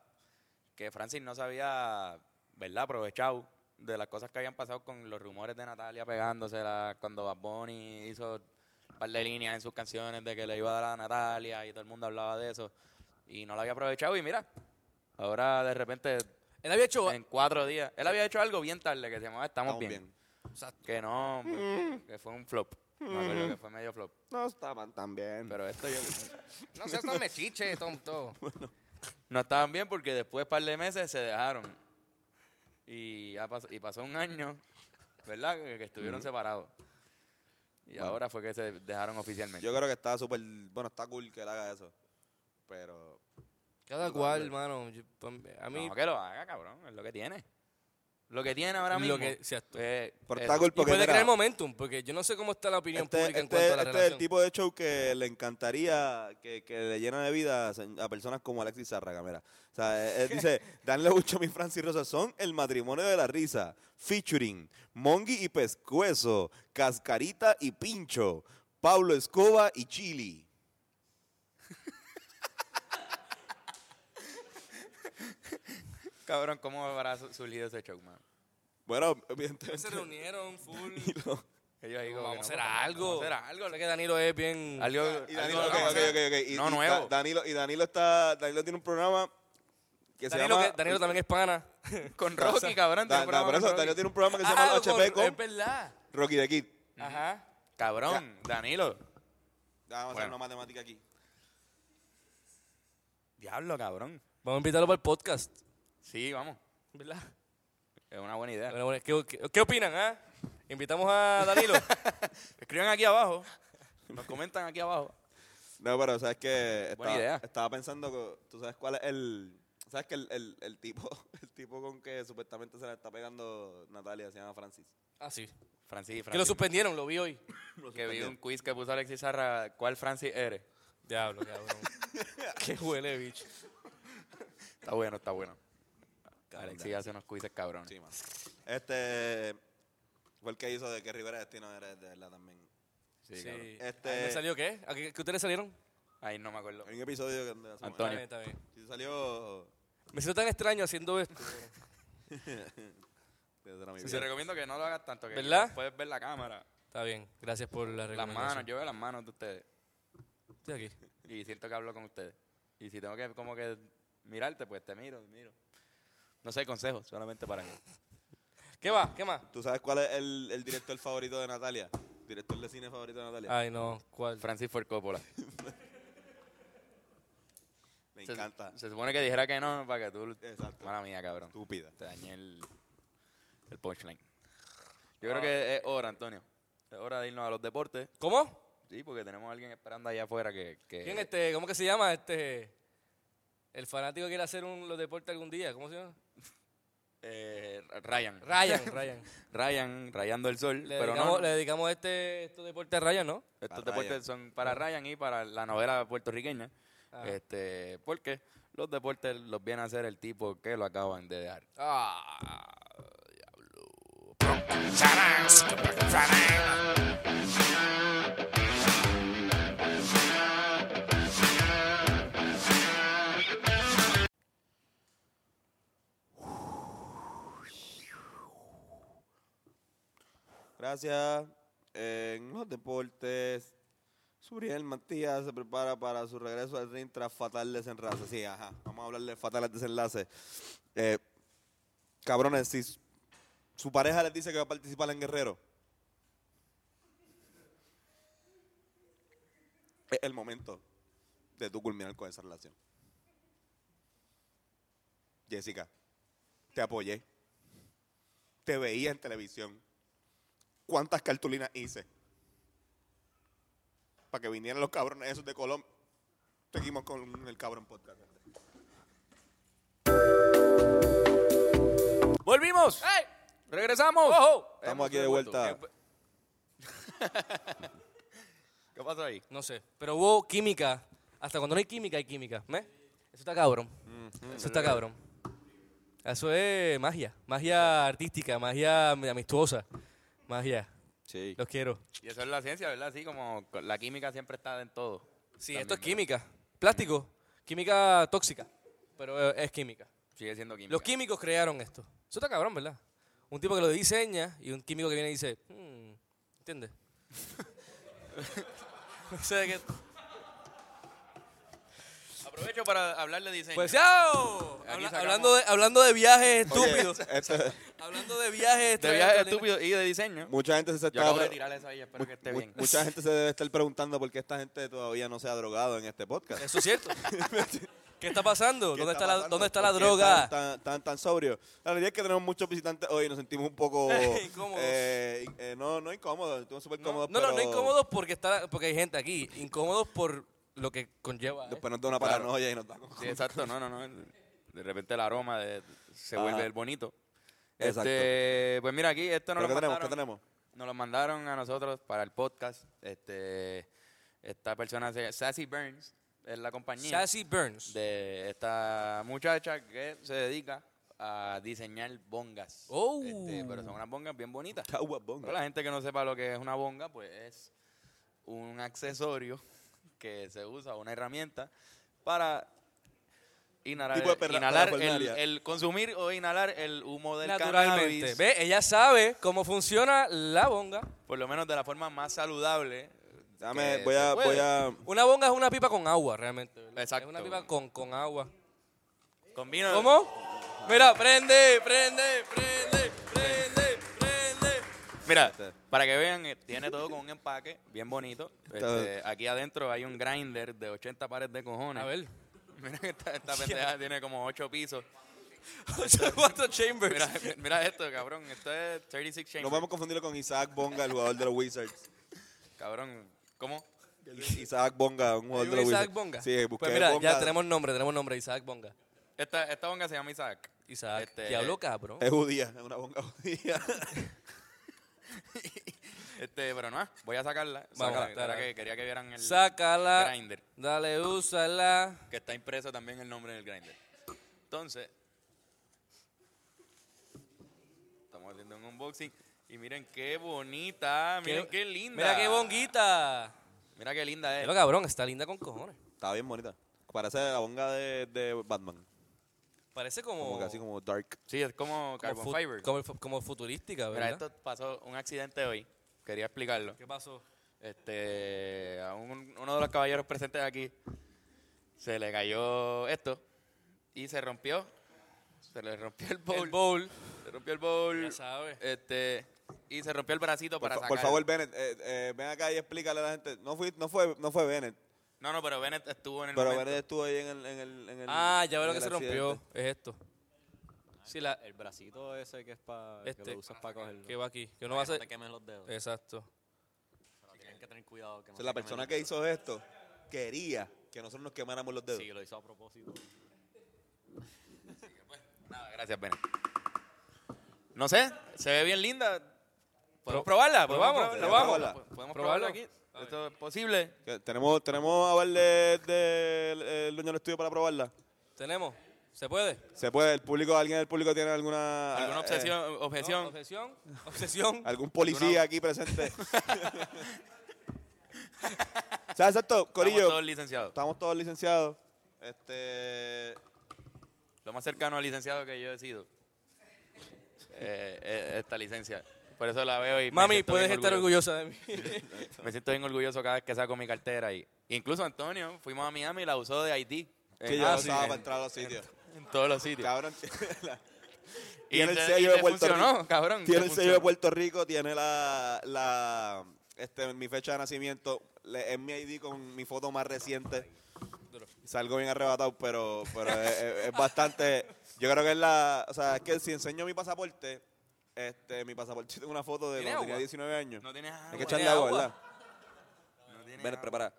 S1: que Francis no sabía, ¿verdad?, aprovechado de las cosas que habían pasado con los rumores de Natalia pegándosela cuando Bad Bunny hizo un par de líneas en sus canciones de que le iba a dar a Natalia y todo el mundo hablaba de eso. Y no lo había aprovechado y mira, ahora de repente
S2: Él había hecho...
S1: en cuatro días, él había hecho algo bien tarde que se llamaba Estamos,
S3: Estamos
S1: bien.
S3: bien.
S2: Exacto.
S1: Que no, que fue un flop. Me acuerdo que fue medio flop.
S3: No estaban tan bien.
S1: Pero esto yo...
S2: No seas tan mechiche, tonto.
S1: No estaban bien porque después de un par de meses se dejaron. Y, ya pas- y pasó un año, ¿verdad? Que, que estuvieron separados. Y ahora fue que se dejaron oficialmente.
S3: Yo creo que está súper. Bueno, está cool que él haga eso. Pero.
S2: Cada cual, hermano. A mí...
S1: No, que lo haga, cabrón. Es lo que tiene. Lo que tiene ahora
S2: Lo
S1: mismo.
S2: que- exacto.
S1: eh,
S3: Pero
S1: eso.
S3: está cool
S2: Y
S3: porque.
S2: puede
S3: mira,
S2: crear momentum, porque yo no sé cómo está la opinión
S3: este,
S2: pública en
S3: este-
S2: cuanto a la
S3: este es
S2: relación.
S3: el tipo de show que le encantaría que, que le llena de vida a se- a personas como Alexis Zárraga, mira. O sea, él- él dice, Danilo Buchom y Francis Rosa son el matrimonio de la risa, featuring Mongi y Pescuezo, Cascarita y Pincho, Pablo Escoba y Chili.
S1: Cabrón, ¿cómo habrá su- surgido ese show, man?
S3: Bueno,
S2: Se
S3: evidentemente...
S2: reunieron full.
S1: Ellos ahí como que
S2: vamos a
S1: no,
S2: hacer
S1: vamos
S2: algo.
S1: a hacer
S2: algo. Sé que Danilo es bien...
S1: algo.
S3: Y
S1: algo-
S3: Danilo, Ah, ok, ok, ok, ok.
S1: No,
S3: Y- y Da-
S1: nuevo.
S3: Danilo, y Danilo, está, Danilo tiene un programa que se
S2: Danilo,
S3: llama...
S2: que- Danilo también es pana.
S1: Con Rocky, cabrón.
S3: Da-
S1: tiene un
S3: da-
S1: programa
S3: por
S1: con
S3: eso,
S1: Rocky.
S3: Danilo tiene un programa que se
S2: Ah,
S3: llama
S2: con-
S3: HP
S2: Es
S3: con
S2: verdad.
S3: Rocky the Kid.
S2: Ajá.
S1: Cabrón, Danilo.
S3: Vamos a hacer
S1: Bueno.
S3: una matemática aquí.
S1: Diablo, cabrón.
S2: Vamos a invitarlo para el podcast.
S1: Sí, vamos.
S2: ¿Verdad?
S1: Es una buena idea.
S2: Bueno, bueno, ¿qué, qué, qué opinan? ah? Invitamos a Danilo.
S1: Escriban aquí abajo. Nos comentan aquí abajo.
S3: No, pero sabes que
S1: Buena
S3: estaba,
S1: idea.
S3: estaba pensando, que- tú sabes cuál es el, sabes que el, el- el tipo, el tipo con que supuestamente se la está pegando Natalia se llama Francis.
S2: ah, sí.
S1: Francis,
S2: Que lo
S1: Francis.
S2: suspendieron, lo vi hoy.
S1: Que vi un quiz que puso Alexis Sarra. ¿Cuál Francis eres?
S2: Diablo, cabrón. qué huele, bicho.
S1: Está bueno, está bueno. Alexis hace unos quizzes cabrones.
S3: Sí, mano. Este, fue el que hizo de que Rivera Destino era de verdad también.
S1: Sí,
S2: Sí.
S1: cabrón.
S3: Este-
S2: ¿A mí ¿Me salió qué? ¿A qué, qué ustedes salieron?
S1: Ahí no me acuerdo.
S3: Hay un episodio que donde hacemos-
S1: Antonio.
S2: Está bien, está bien.
S3: Sí, salió.
S2: Me siento tan extraño haciendo esto.
S3: desde la mi
S1: Sí,
S3: vida.
S1: Te recomiendo que no lo hagas tanto. Que
S2: ¿Verdad?
S1: Puedes ver la cámara.
S2: está bien. Gracias por la
S1: Las
S2: recomendación.
S1: manos. Yo veo las manos de ustedes.
S2: Estoy aquí.
S1: Y siento que hablo con ustedes. Y si tengo que como que mirarte, pues te miro, miro. No sé, consejos, solamente para mí.
S2: ¿Qué va? ¿Qué más?
S3: ¿Tú sabes cuál es el, el director favorito de Natalia? Director de cine favorito de
S1: Ah,
S3: Natalia.
S2: Ay, no. ¿Cuál?
S1: Francis Ford Coppola.
S3: Me
S1: Se-
S3: encanta.
S1: Se, supone que dijera que no para que tú...
S3: Exacto.
S1: Mala mía, cabrón.
S3: Estúpida.
S1: Te dañé el, el punchline. Yo
S2: Ah.
S1: creo que es hora, Antonio. Es hora de irnos a los deportes.
S2: ¿Cómo?
S1: Sí, porque tenemos a alguien esperando allá afuera que... que-
S2: ¿Quién este? ¿Cómo que se llama? Este. El fanático quiere hacer un, los deportes algún día. ¿Cómo se llama?
S1: eh, Ryan.
S2: Ryan, Ryan.
S1: Ryan, rayando el sol.
S2: Le
S1: pero
S2: dedicamos,
S1: no,
S2: le dedicamos este, estos deportes a Ryan, ¿no?
S1: estos
S3: Para
S1: deportes
S3: Ryan.
S1: son para Ryan y para la novela puertorriqueña.
S2: Ah.
S1: Este, porque los deportes los viene a hacer el tipo que lo acaban de dejar.
S2: Ah,
S3: Gracias. En los deportes, Suriel Matías se prepara para su regreso al ring tras fatal desenlace. Sí, ajá. Vamos a hablar de fatal desenlace. Eh, cabrones, si s- su pareja les dice que va a participar en Guerrero, es el momento de tú culminar con esa relación. Jessica, te apoyé. Te veía en televisión. ¿Cuántas cartulinas hice? para que vinieran los cabrones esos de Colombia. Seguimos con el cabrón podcast.
S1: ¡Volvimos! ¡Regresamos!
S3: Estamos aquí de vuelta.
S1: ¿Qué pasó ahí?
S2: No sé, pero hubo química. Hasta cuando no hay química, hay química. ¿Ves? Eso está cabrón. Eso está cabrón. Eso es magia. Magia artística, magia amistosa. Magia.
S3: Sí.
S2: Los quiero.
S1: Y eso es la ciencia, ¿verdad? Así como co- la química siempre está en todo.
S2: Sí,
S1: También,
S2: esto es
S1: ¿verdad?
S2: química. Plástico. Química tóxica. Pero eh, es química.
S1: Sigue siendo química.
S2: Los químicos crearon esto. Eso está cabrón, ¿verdad? Un tipo que lo diseña y un químico que viene y dice, hmm, ¿entiendes? no sé de qué.
S1: Aprovecho para hablar de diseño.
S2: Pues ya. oh,
S1: Aquí
S2: habla-
S1: sacamos-
S2: hablando, de, hablando de viajes estúpidos.
S3: Oye, este, esto-
S2: hablando de viajes
S1: de viajes
S2: extraños,
S1: estúpidos y de diseño.
S3: mucha gente se
S1: Yo
S3: está
S1: acabo de tirar eso ahí, espero que esté
S3: mu-
S1: bien.
S3: Mucha gente se debe estar preguntando por qué esta gente todavía no se ha drogado en este podcast.
S2: Eso es cierto. ¿Qué está pasando?
S3: ¿Qué
S2: ¿Dónde está, la,
S3: pasando?
S2: ¿dónde está la
S3: ¿Por qué
S2: droga?
S3: Tan, tan, tan, tan sobrio. La realidad es que tenemos muchos visitantes hoy y nos sentimos un poco.
S2: Incómodos.
S3: eh, eh, no, no incómodos, nos sentimos súper
S2: No, no,
S3: cómodos.
S2: no, no
S3: pero
S2: incómodos porque, está, porque hay gente aquí. Incómodos por lo que conlleva. ¿eh?
S3: Después nos da una
S1: Claro.
S3: paranoia y nos da.
S1: Sí, exacto, no, no, no. De repente el aroma de- se
S3: Ajá.
S1: vuelve el bonito.
S3: Exacto.
S1: Este, pues mira, aquí esto nos
S3: ¿Pero
S1: lo
S3: ¿Qué tenemos? ¿Qué
S1: mandaron.
S3: tenemos?
S1: Nos lo mandaron a nosotros para el podcast. Este, esta persona, se- Sassy Burns, es la compañía
S2: Sassy Burns.
S1: de esta muchacha que se dedica a diseñar bongas.
S2: Oh.
S1: Este, pero son unas bongas bien bonitas.
S3: Cagua
S1: Para la gente que no sepa lo que es una bonga, pues es un accesorio que se usa, una herramienta para inhalar,
S3: Tipo de perra-
S1: inhalar el,
S3: parafernalia.
S1: el consumir o inhalar el humo del
S2: Naturalmente.
S1: cannabis,
S2: Ve, ella sabe cómo funciona la bonga.
S1: por lo menos de la forma más saludable.
S3: Dame,
S1: que
S3: voy
S1: se
S3: a,
S1: puede.
S3: voy a.
S2: Pues, Una bonga es una pipa con agua, realmente. ¿verdad?
S1: Exacto.
S2: Es una pipa con, con agua.
S1: Con vino-
S2: ¿Cómo? Mira, prende, prende, prende, prende, prende.
S1: Mira, para que vean, eh, tiene todo con un empaque bien bonito.
S3: Está-
S1: Este, aquí adentro hay un grinder de 80 pares de cojones.
S2: A ver.
S1: Mira que esta, esta pendeja tiene como 8 pisos.
S2: Cuatro chambers.
S1: Mira, mira esto, cabrón. Esto es 36
S3: No
S1: chambers.
S3: vamos a confundirlo con Isaac Bonga, el jugador de los Wizards.
S1: Cabrón, ¿cómo?
S3: Isaac Bonga, un jugador de los
S2: Isaac
S3: Wizards.
S2: Bonga.
S3: Sí, busqué
S2: pues mira,
S3: Bonga.
S2: ya tenemos nombre, tenemos nombre, Isaac Bonga.
S1: Esta, esta bonga se llama Isaac.
S2: Isaac.
S1: Este,
S2: Diablo cabrón.
S3: Es judía, es una bonga judía.
S1: Este, pero no, voy a sacarla.
S2: Vamos,
S1: Sácala,
S2: dale.
S1: era que quería que vieran el
S2: Sácala.
S1: grinder,
S2: Dale, úsala.
S1: que está impreso también el nombre del grinder. Entonces, estamos haciendo un unboxing y miren qué bonita, miren qué, linda.
S2: Mira qué bonguita.
S1: Mira qué linda es.
S2: Diablo cabrón, está linda con cojones.
S3: Está bien bonita. Parece la bonga de, de Batman.
S2: Parece como.
S3: Como casi como dark.
S1: Sí, es como carbon
S2: fut-
S1: fiber.
S2: como fu- como futurística,
S1: Mira,
S2: ¿verdad?
S1: esto pasó un accidente hoy. Quería explicarlo.
S2: ¿Qué pasó?
S1: Este, a un- uno de los caballeros presentes aquí se le cayó esto y se rompió. Se le rompió el bowl.
S2: El bowl.
S1: Se rompió el bowl.
S2: Ya sabes.
S1: Este, y se rompió el bracito
S3: Por,
S1: para
S3: fa-
S1: sacar.
S3: por favor, Bennett, eh, eh, ven acá y explícale a la gente. No, fui, no, fue, no fue Bennett,
S1: No, no, pero Bennett estuvo en el
S3: pero
S1: momento.
S3: Bennett estuvo ahí en el. En el, en el-
S2: Ah, ya veo lo
S3: en
S2: que se
S3: el
S2: rompió.
S3: accidente.
S2: Es esto. Sí, la,
S7: El bracito ese que es para que
S2: Este.
S7: lo usas para cogerlo.
S2: que va aquí. Que uno va a
S7: no
S2: hacer.
S7: te quemen los dedos.
S2: Exacto.
S7: Tienen que tener cuidado que no
S3: O sea, la
S7: te quemen
S3: persona
S7: los
S3: que
S7: dedos.
S3: hizo esto quería que nosotros nos quemáramos los dedos.
S7: Sí, lo hizo a propósito.
S1: Nada, gracias, Bennett. No sé, se ve bien linda. Podemos
S2: Pro-
S1: probarla,
S2: probamos,
S1: podemos
S3: probamos.
S1: probarla. Podemos probarla aquí. Esto es posible.
S3: Que Tenemos, tenemos a verle del el dueño del estudio para probarla.
S2: ¿Tenemos? ¿Se puede?
S3: Se puede, el público, alguien del público tiene alguna.
S1: ¿Alguna
S3: eh,
S1: obsesión,
S2: No,
S1: objeción?
S2: obsesión. Obsesión.
S3: algún policía aquí presente. o sea, exacto,
S1: Estamos
S3: Corillo.
S1: todos licenciados.
S3: Estamos todos licenciados. Este.
S1: Lo más cercano al licenciado que yo he sido. Eh, eh, esta licencia. Por eso la veo y. me
S2: Mami,
S1: siento
S2: puedes
S1: bien
S2: estar orgullosa de mí.
S1: Me siento bien orgulloso cada vez que saco mi cartera. Y, incluso Antonio, fuimos a Miami y la usó de Haití.
S3: Que
S1: En-
S3: yo
S1: ah,
S3: usaba
S1: sí,
S3: para
S1: en-
S3: entrar a los sitios.
S1: En todos los sitios.
S3: Cabrón, la-
S1: Y
S3: tiene el
S1: te-
S3: sello
S1: y
S3: de
S1: te
S3: Puerto
S1: funcionó,
S3: Rico.
S1: cabrón.
S3: tiene
S1: te
S3: el sello de
S1: funcionó.
S3: Puerto Rico, tiene la, la este, mi fecha de nacimiento, le- es mi ID con mi foto más reciente. Salgo bien arrebatado, pero, pero es, es- es bastante. Yo creo que es la. O sea, es que si enseño mi pasaporte, este, mi pasaporte tiene una foto de
S2: ¿Tiene
S3: cuando tenía
S2: agua?
S3: 19 años.
S1: No tienes
S3: Hay que
S1: agua.
S3: echarle
S2: ¿Tiene
S3: agua,
S2: agua?
S3: ¿verdad?
S1: No tiene
S3: Ven,
S1: agua.
S3: prepara.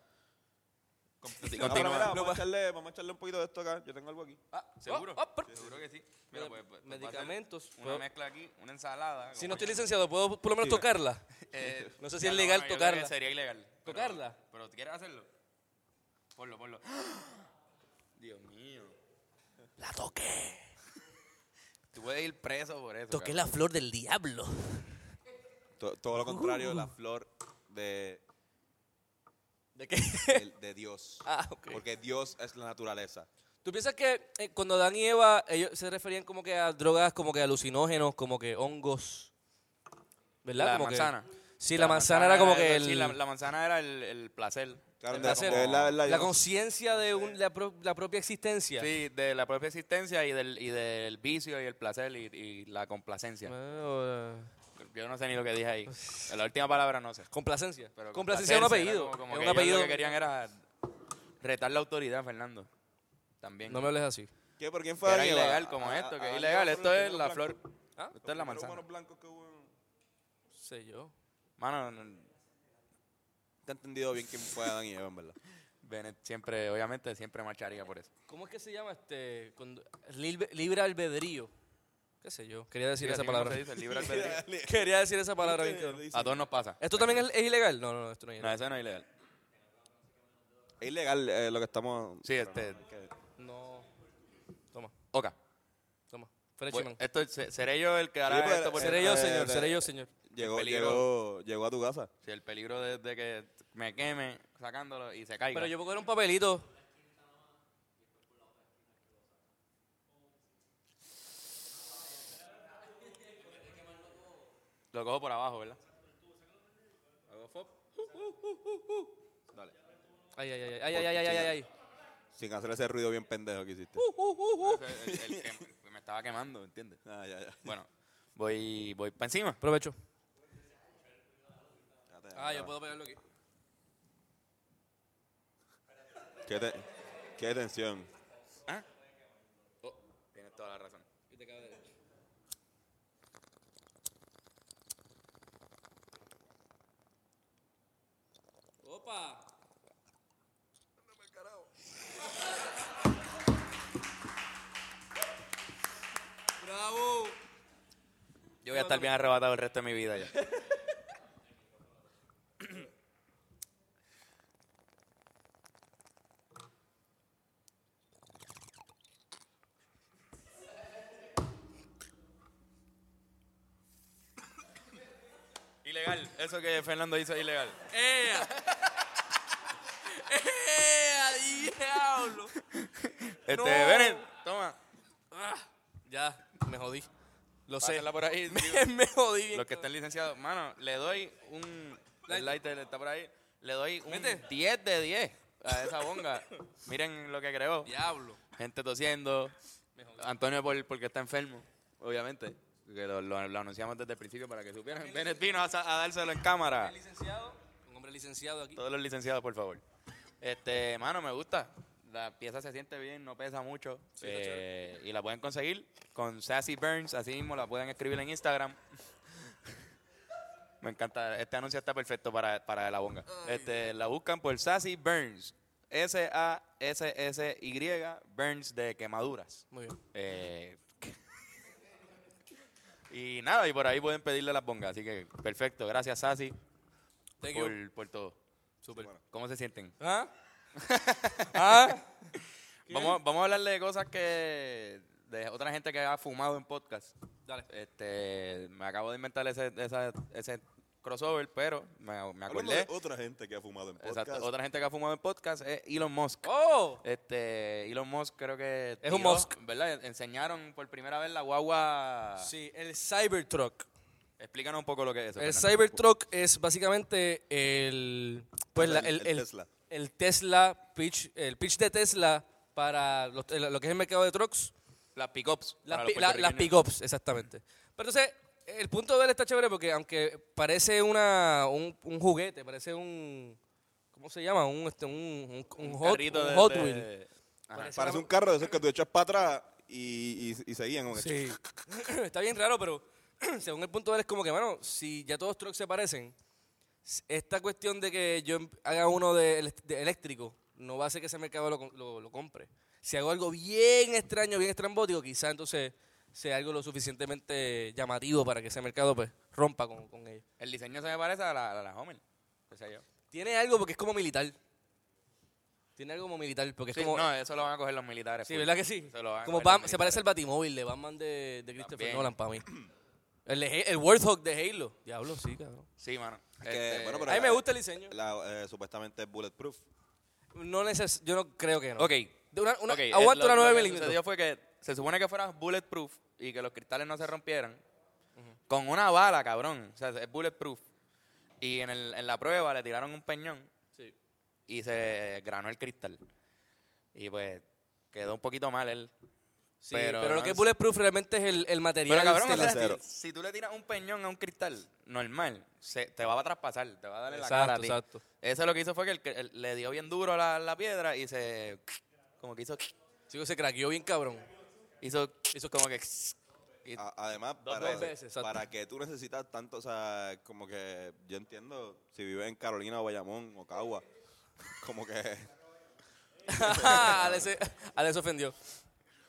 S1: Con- sí,
S3: No, pero
S1: continúa.
S3: mira, vamos, a echarle, vamos a echarle un poquito de esto acá. Yo tengo algo aquí.
S2: Ah,
S1: ¿Seguro?
S2: oh, oh, pr-
S1: Seguro que sí. Mira, pues, pues, pues, voy a hacer
S2: medicamentos.
S1: Una
S2: Puedo-
S1: mezcla aquí, una ensalada.
S2: si
S1: con-
S2: no estoy licenciado, ¿puedo por lo menos tocarla?
S1: Eh,
S2: No sé si
S1: ya
S2: es legal
S1: yo creo que
S2: tocarla.
S1: Sería ilegal. pero-
S2: ¿Tocarla?
S1: Pero ¿tú quieres hacerlo? Ponlo, ponlo. Dios mío.
S2: La toqué.
S1: Tú puedes ir preso por eso.
S2: Toqué
S1: cabrón.
S2: la flor del diablo.
S3: To- todo
S1: Uh-huh.
S3: lo contrario, la flor de,
S2: ¿De qué?
S3: del- de Dios.
S2: Ah, ok.
S3: Porque Dios es la naturaleza.
S2: ¿Tú piensas que eh, cuando Adán y Eva, ellos se referían como que a drogas, como que alucinógenos, como que hongos? ¿Verdad?
S1: La
S2: Como que-
S1: manzana.
S2: sí, la, manzana, era como que
S1: Sí,
S2: el-
S1: la,
S2: la,
S1: la manzana era el, el placer.
S3: Claro,
S2: El
S3: de-
S2: placer.
S3: de verdad, de verdad, yo no-
S2: conciencia de un- la, pro- la propia existencia.
S1: Sí, de la propia existencia y del, y del vicio y el placer y, y la complacencia.
S2: Bueno, eh,
S1: Yo no sé ni lo que dije ahí. La última palabra no sé.
S2: Complacencia.
S1: Pero
S2: complacencia es un
S1: complacencia,
S2: apellido.
S1: era como- como que
S2: es un
S1: ellos
S2: apellido.
S1: Lo que querían era retar la autoridad, Fernando. También.
S2: No me hables así.
S3: ¿Qué? ¿Por quién
S1: Que
S3: fue Ah,
S1: era
S3: Adán y Eva?
S1: ilegal como
S3: A-
S1: esto,
S3: a-
S1: que es
S3: Adán y
S1: ilegal.
S3: Eva
S1: Esto
S3: fueron los
S1: es la
S3: primeros
S1: flor.
S3: blancos-
S1: Esto es
S2: ¿Ah?
S1: la
S3: los primeros
S1: manzana.
S3: humanos blancos que hubo.
S2: Sé yo.
S1: Mano, no-
S3: Te he entendido bien quién fue Adán y Eva, en verdad.
S1: Bennett siempre, obviamente, siempre marcharía por eso.
S2: ¿Cómo es que se llama este? cuando- lib- libre albedrío. ¿Qué sé yo? Quería decir
S1: Sí,
S2: esa
S1: así como
S2: palabra.
S1: se dice, el libre albedrío.
S2: Quería decir esa palabra. bien cabrón.
S1: A todos nos pasa.
S2: ¿Esto también es, es ilegal? No, no, no, esto no es
S1: No,
S2: ilegal.
S1: eso no es ilegal.
S3: Es ilegal eh, lo que estamos...
S1: Sí, este.
S2: No. Toma,
S1: Ok.
S2: toma. Fresh
S1: Pues,
S2: man.
S1: esto, se- seré yo el que hará
S3: Sí,
S2: pues,
S3: pero-
S1: esto por
S3: seré
S2: Seré
S1: el,
S2: yo,
S3: eh,
S2: señor,
S3: eh,
S2: seré yo, señor.
S3: Llegó,
S1: El
S3: llegó, llegó a tu casa.
S1: si el peligro de, de que me queme sacándolo y se caiga.
S2: Pero yo puedo coger un papelito.
S1: Lo cojo por abajo, ¿verdad?
S2: Ay, ay, ay, ay, ay, ay, ay, ay, ay.
S3: Sin hacer ese ruido bien pendejo que hiciste.
S1: Uh. El- el que me estaba quemando, ¿entiendes?
S3: Ah, ya, ya.
S1: Bueno, voy, voy para encima.
S2: Provecho.
S3: Ya te-
S2: Ah, yo puedo pegarlo aquí.
S3: Qué, te- qué tensión.
S1: ¿Ah? Oh, tienes toda la razón.
S2: Y te cae derecho. Opa. Bravo.
S1: Yo voy a estar bien arrebatado el resto de mi vida ya. Ilegal, eso que Fernando hizo es ilegal.
S2: ¡Ea! ¡Ea, ¡Eh, diablo!
S1: Este,
S2: No.
S1: Bennett, toma.
S2: Ah, ya, me jodí. Lo sé.
S1: Pásala por ahí. digo.
S2: Me, me jodí bien.
S1: Los que están licenciados, mano, le doy un. El lighter está por ahí. Le doy un
S2: Mete.
S1: 10 de 10 a esa bonga. Miren lo que creó.
S2: Diablo.
S1: Gente tosiendo. Antonio por, porque está enfermo, obviamente. Que lo, lo- lo anunciamos desde el principio para que supieran. Bennett vino a, sa- a dárselo en cámara.
S2: Licenciado, un hombre licenciado aquí.
S1: Todos los licenciados, por favor. Este, mano, me gusta. La pieza se siente bien, no pesa mucho. Eh, y la pueden conseguir con Sassy Burns, así mismo la pueden escribir en Instagram. me encanta, este anuncio está perfecto para, para la bonga. Este, la buscan por Sassy Burns. S-A-S-S-Y Burns de quemaduras.
S2: Muy bien.
S1: Eh, y nada, y por ahí pueden pedirle las bongas. Así que perfecto, gracias Sassy
S2: Thank you.
S1: por, por todo.
S2: Super.
S1: ¿Cómo se sienten?
S2: ¿Ah? ¿Ah?
S1: Vamos, vamos a hablarle de cosas que. de otra gente que ha fumado en podcast.
S2: Dale.
S1: Este, me acabo de inventar ese, esa- ese crossover, pero me, me
S3: Hablemos
S1: acordé.
S3: de otra gente que ha fumado en podcast.
S1: Exacto, otra gente que ha fumado en podcast es Elon Musk.
S2: ¡Oh!
S1: Este, Elon Musk creo que.
S2: Es un
S1: tiró,
S2: Musk.
S1: ¿Verdad? Enseñaron por primera vez la guagua.
S2: Sí, el Cybertruck.
S1: Explícanos un poco lo que es eso.
S2: El
S1: Fernando.
S2: Cybertruck es básicamente el. Pues
S3: El-
S2: la- el,
S3: el
S2: el-
S3: Tesla.
S2: El Tesla pitch, el pitch de Tesla para los- el- lo que es el mercado de trucks.
S1: Las pick-ups.
S2: Las,
S1: para
S2: pi-
S1: los
S2: la- las
S1: puertorriqueños.
S2: pick-ups, exactamente. Pero entonces, el punto de él está chévere porque aunque parece una, un, un juguete, parece un... ¿Cómo se llama? Un, este, un, un, un Hot,
S1: Carrito
S2: un
S1: de-
S2: Hot
S1: de-
S2: Wheel.
S1: Ajá.
S2: Parece
S3: Parece
S2: una-
S3: un carro de esos que tú echas para atrás y, y, y seguían. como que-
S2: Sí. Está bien raro, pero según el punto de él es como que, mano, si ya todos los trucks se parecen, s- esta cuestión de que yo em- haga uno de, elec- de eléctrico no va a hacer que ese mercado lo, com- lo- lo compre. Si hago algo bien extraño, bien estrambótico, quizá entonces sea algo lo suficientemente llamativo para que ese mercado pues rompa con, con ello.
S1: El diseño se me parece a la, a la, la Homer. O sea, yo.
S2: Tiene algo porque es como militar. Tiene algo como militar, porque es
S1: Sí,
S2: como...
S1: no, eso lo van a coger los militares.
S2: Sí,
S1: full.
S2: ¿verdad que sí?
S1: Eso lo van a
S2: Como
S1: coger los
S2: Bam- se parece al
S1: militares.
S2: Batimóvil de Batman de, de Christopher
S1: También.
S2: Nolan para mí. El, de Ha- el Warthog de Halo. Diablo, sí, cabrón.
S1: Sí, mano.
S3: que,
S1: Este,
S3: bueno, pero-
S2: A mí me gusta el diseño.
S3: La, eh, supuestamente es bulletproof.
S2: No neces yo no creo que no.
S1: Ok.
S2: De una, una,
S1: ok, eh,
S2: aguanta
S1: lo-
S2: una 9
S1: Lo que sucedió
S2: milímetros.
S1: fue que se supone que fuera bulletproof y que los cristales no se rompieran. Con una bala, cabrón. O sea, es bulletproof. Y en, el- en la prueba le tiraron un peñón
S2: Sí.
S1: y se granó el cristal. Y pues quedó un poquito mal él.
S2: Sí, pero,
S1: no
S2: lo que es
S1: es-
S2: bulletproof realmente es el, el material.
S1: Pero cabrón,
S2: de
S1: o sea,
S2: la-
S3: sí, acero.
S1: si, si tú le tiras un peñón a un cristal normal, se, te va a traspasar, te va a dar en la
S2: Exacto,
S1: cara a ti.
S2: exacto.
S1: Eso lo que hizo fue que el- el- le dio bien duro la, la piedra y se... Como que hizo...
S2: Chico, se craqueó bien cabrón.
S1: Hizo... Hizo como que... y-
S3: A- además,
S2: Dos
S3: para,
S2: veces, exacto.
S3: para que tú necesitas tanto, o sea, como que yo entiendo si vives en Carolina o Bayamón o Cagua, como que,
S2: Ale se, Ale se ofendió.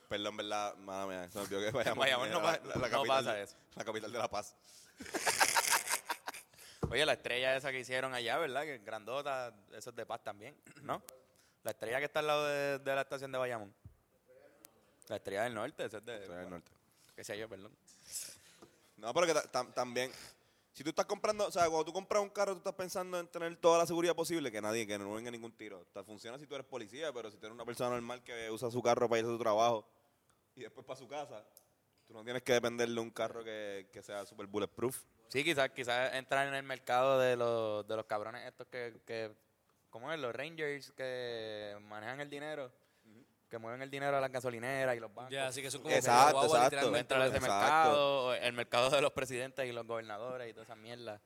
S3: perdón, verdad, mala mía, se me olvidó que Bayamón,
S1: Bayamón no
S3: era
S1: pa- no pasa
S3: de-
S1: eso.
S3: La capital de la paz.
S1: Oye, la estrella esa que hicieron allá, ¿verdad? Que grandota, eso es de paz también, ¿no? La estrella que está al lado de, de la estación de Bayamón. La estrella del norte, esa es de...
S3: Estrella del Norte.
S1: Que sea yo, perdón.
S3: No, pero que ta- tam- también, si tú estás comprando, o sea, cuando tú compras un carro, tú estás pensando en tener toda la seguridad posible, que nadie, que no venga ningún tiro. O sea, funciona si tú eres policía, pero si tú eres una persona normal que usa su carro para ir a su trabajo y después para su casa, tú no tienes que depender de un carro que, que sea super bulletproof.
S1: Sí, quizás quizás entrar en el mercado de los, de los cabrones estos que, que, ¿cómo es? Los Rangers que manejan el dinero, que mueven el dinero a las gasolineras y los bancos.
S2: Ya, así que son como
S3: Exacto,
S2: que guagua,
S3: exacto.
S2: literalmente.
S1: Entrar a ese
S3: Exacto.
S1: mercado, o el mercado de los presidentes y los gobernadores y toda esa mierda.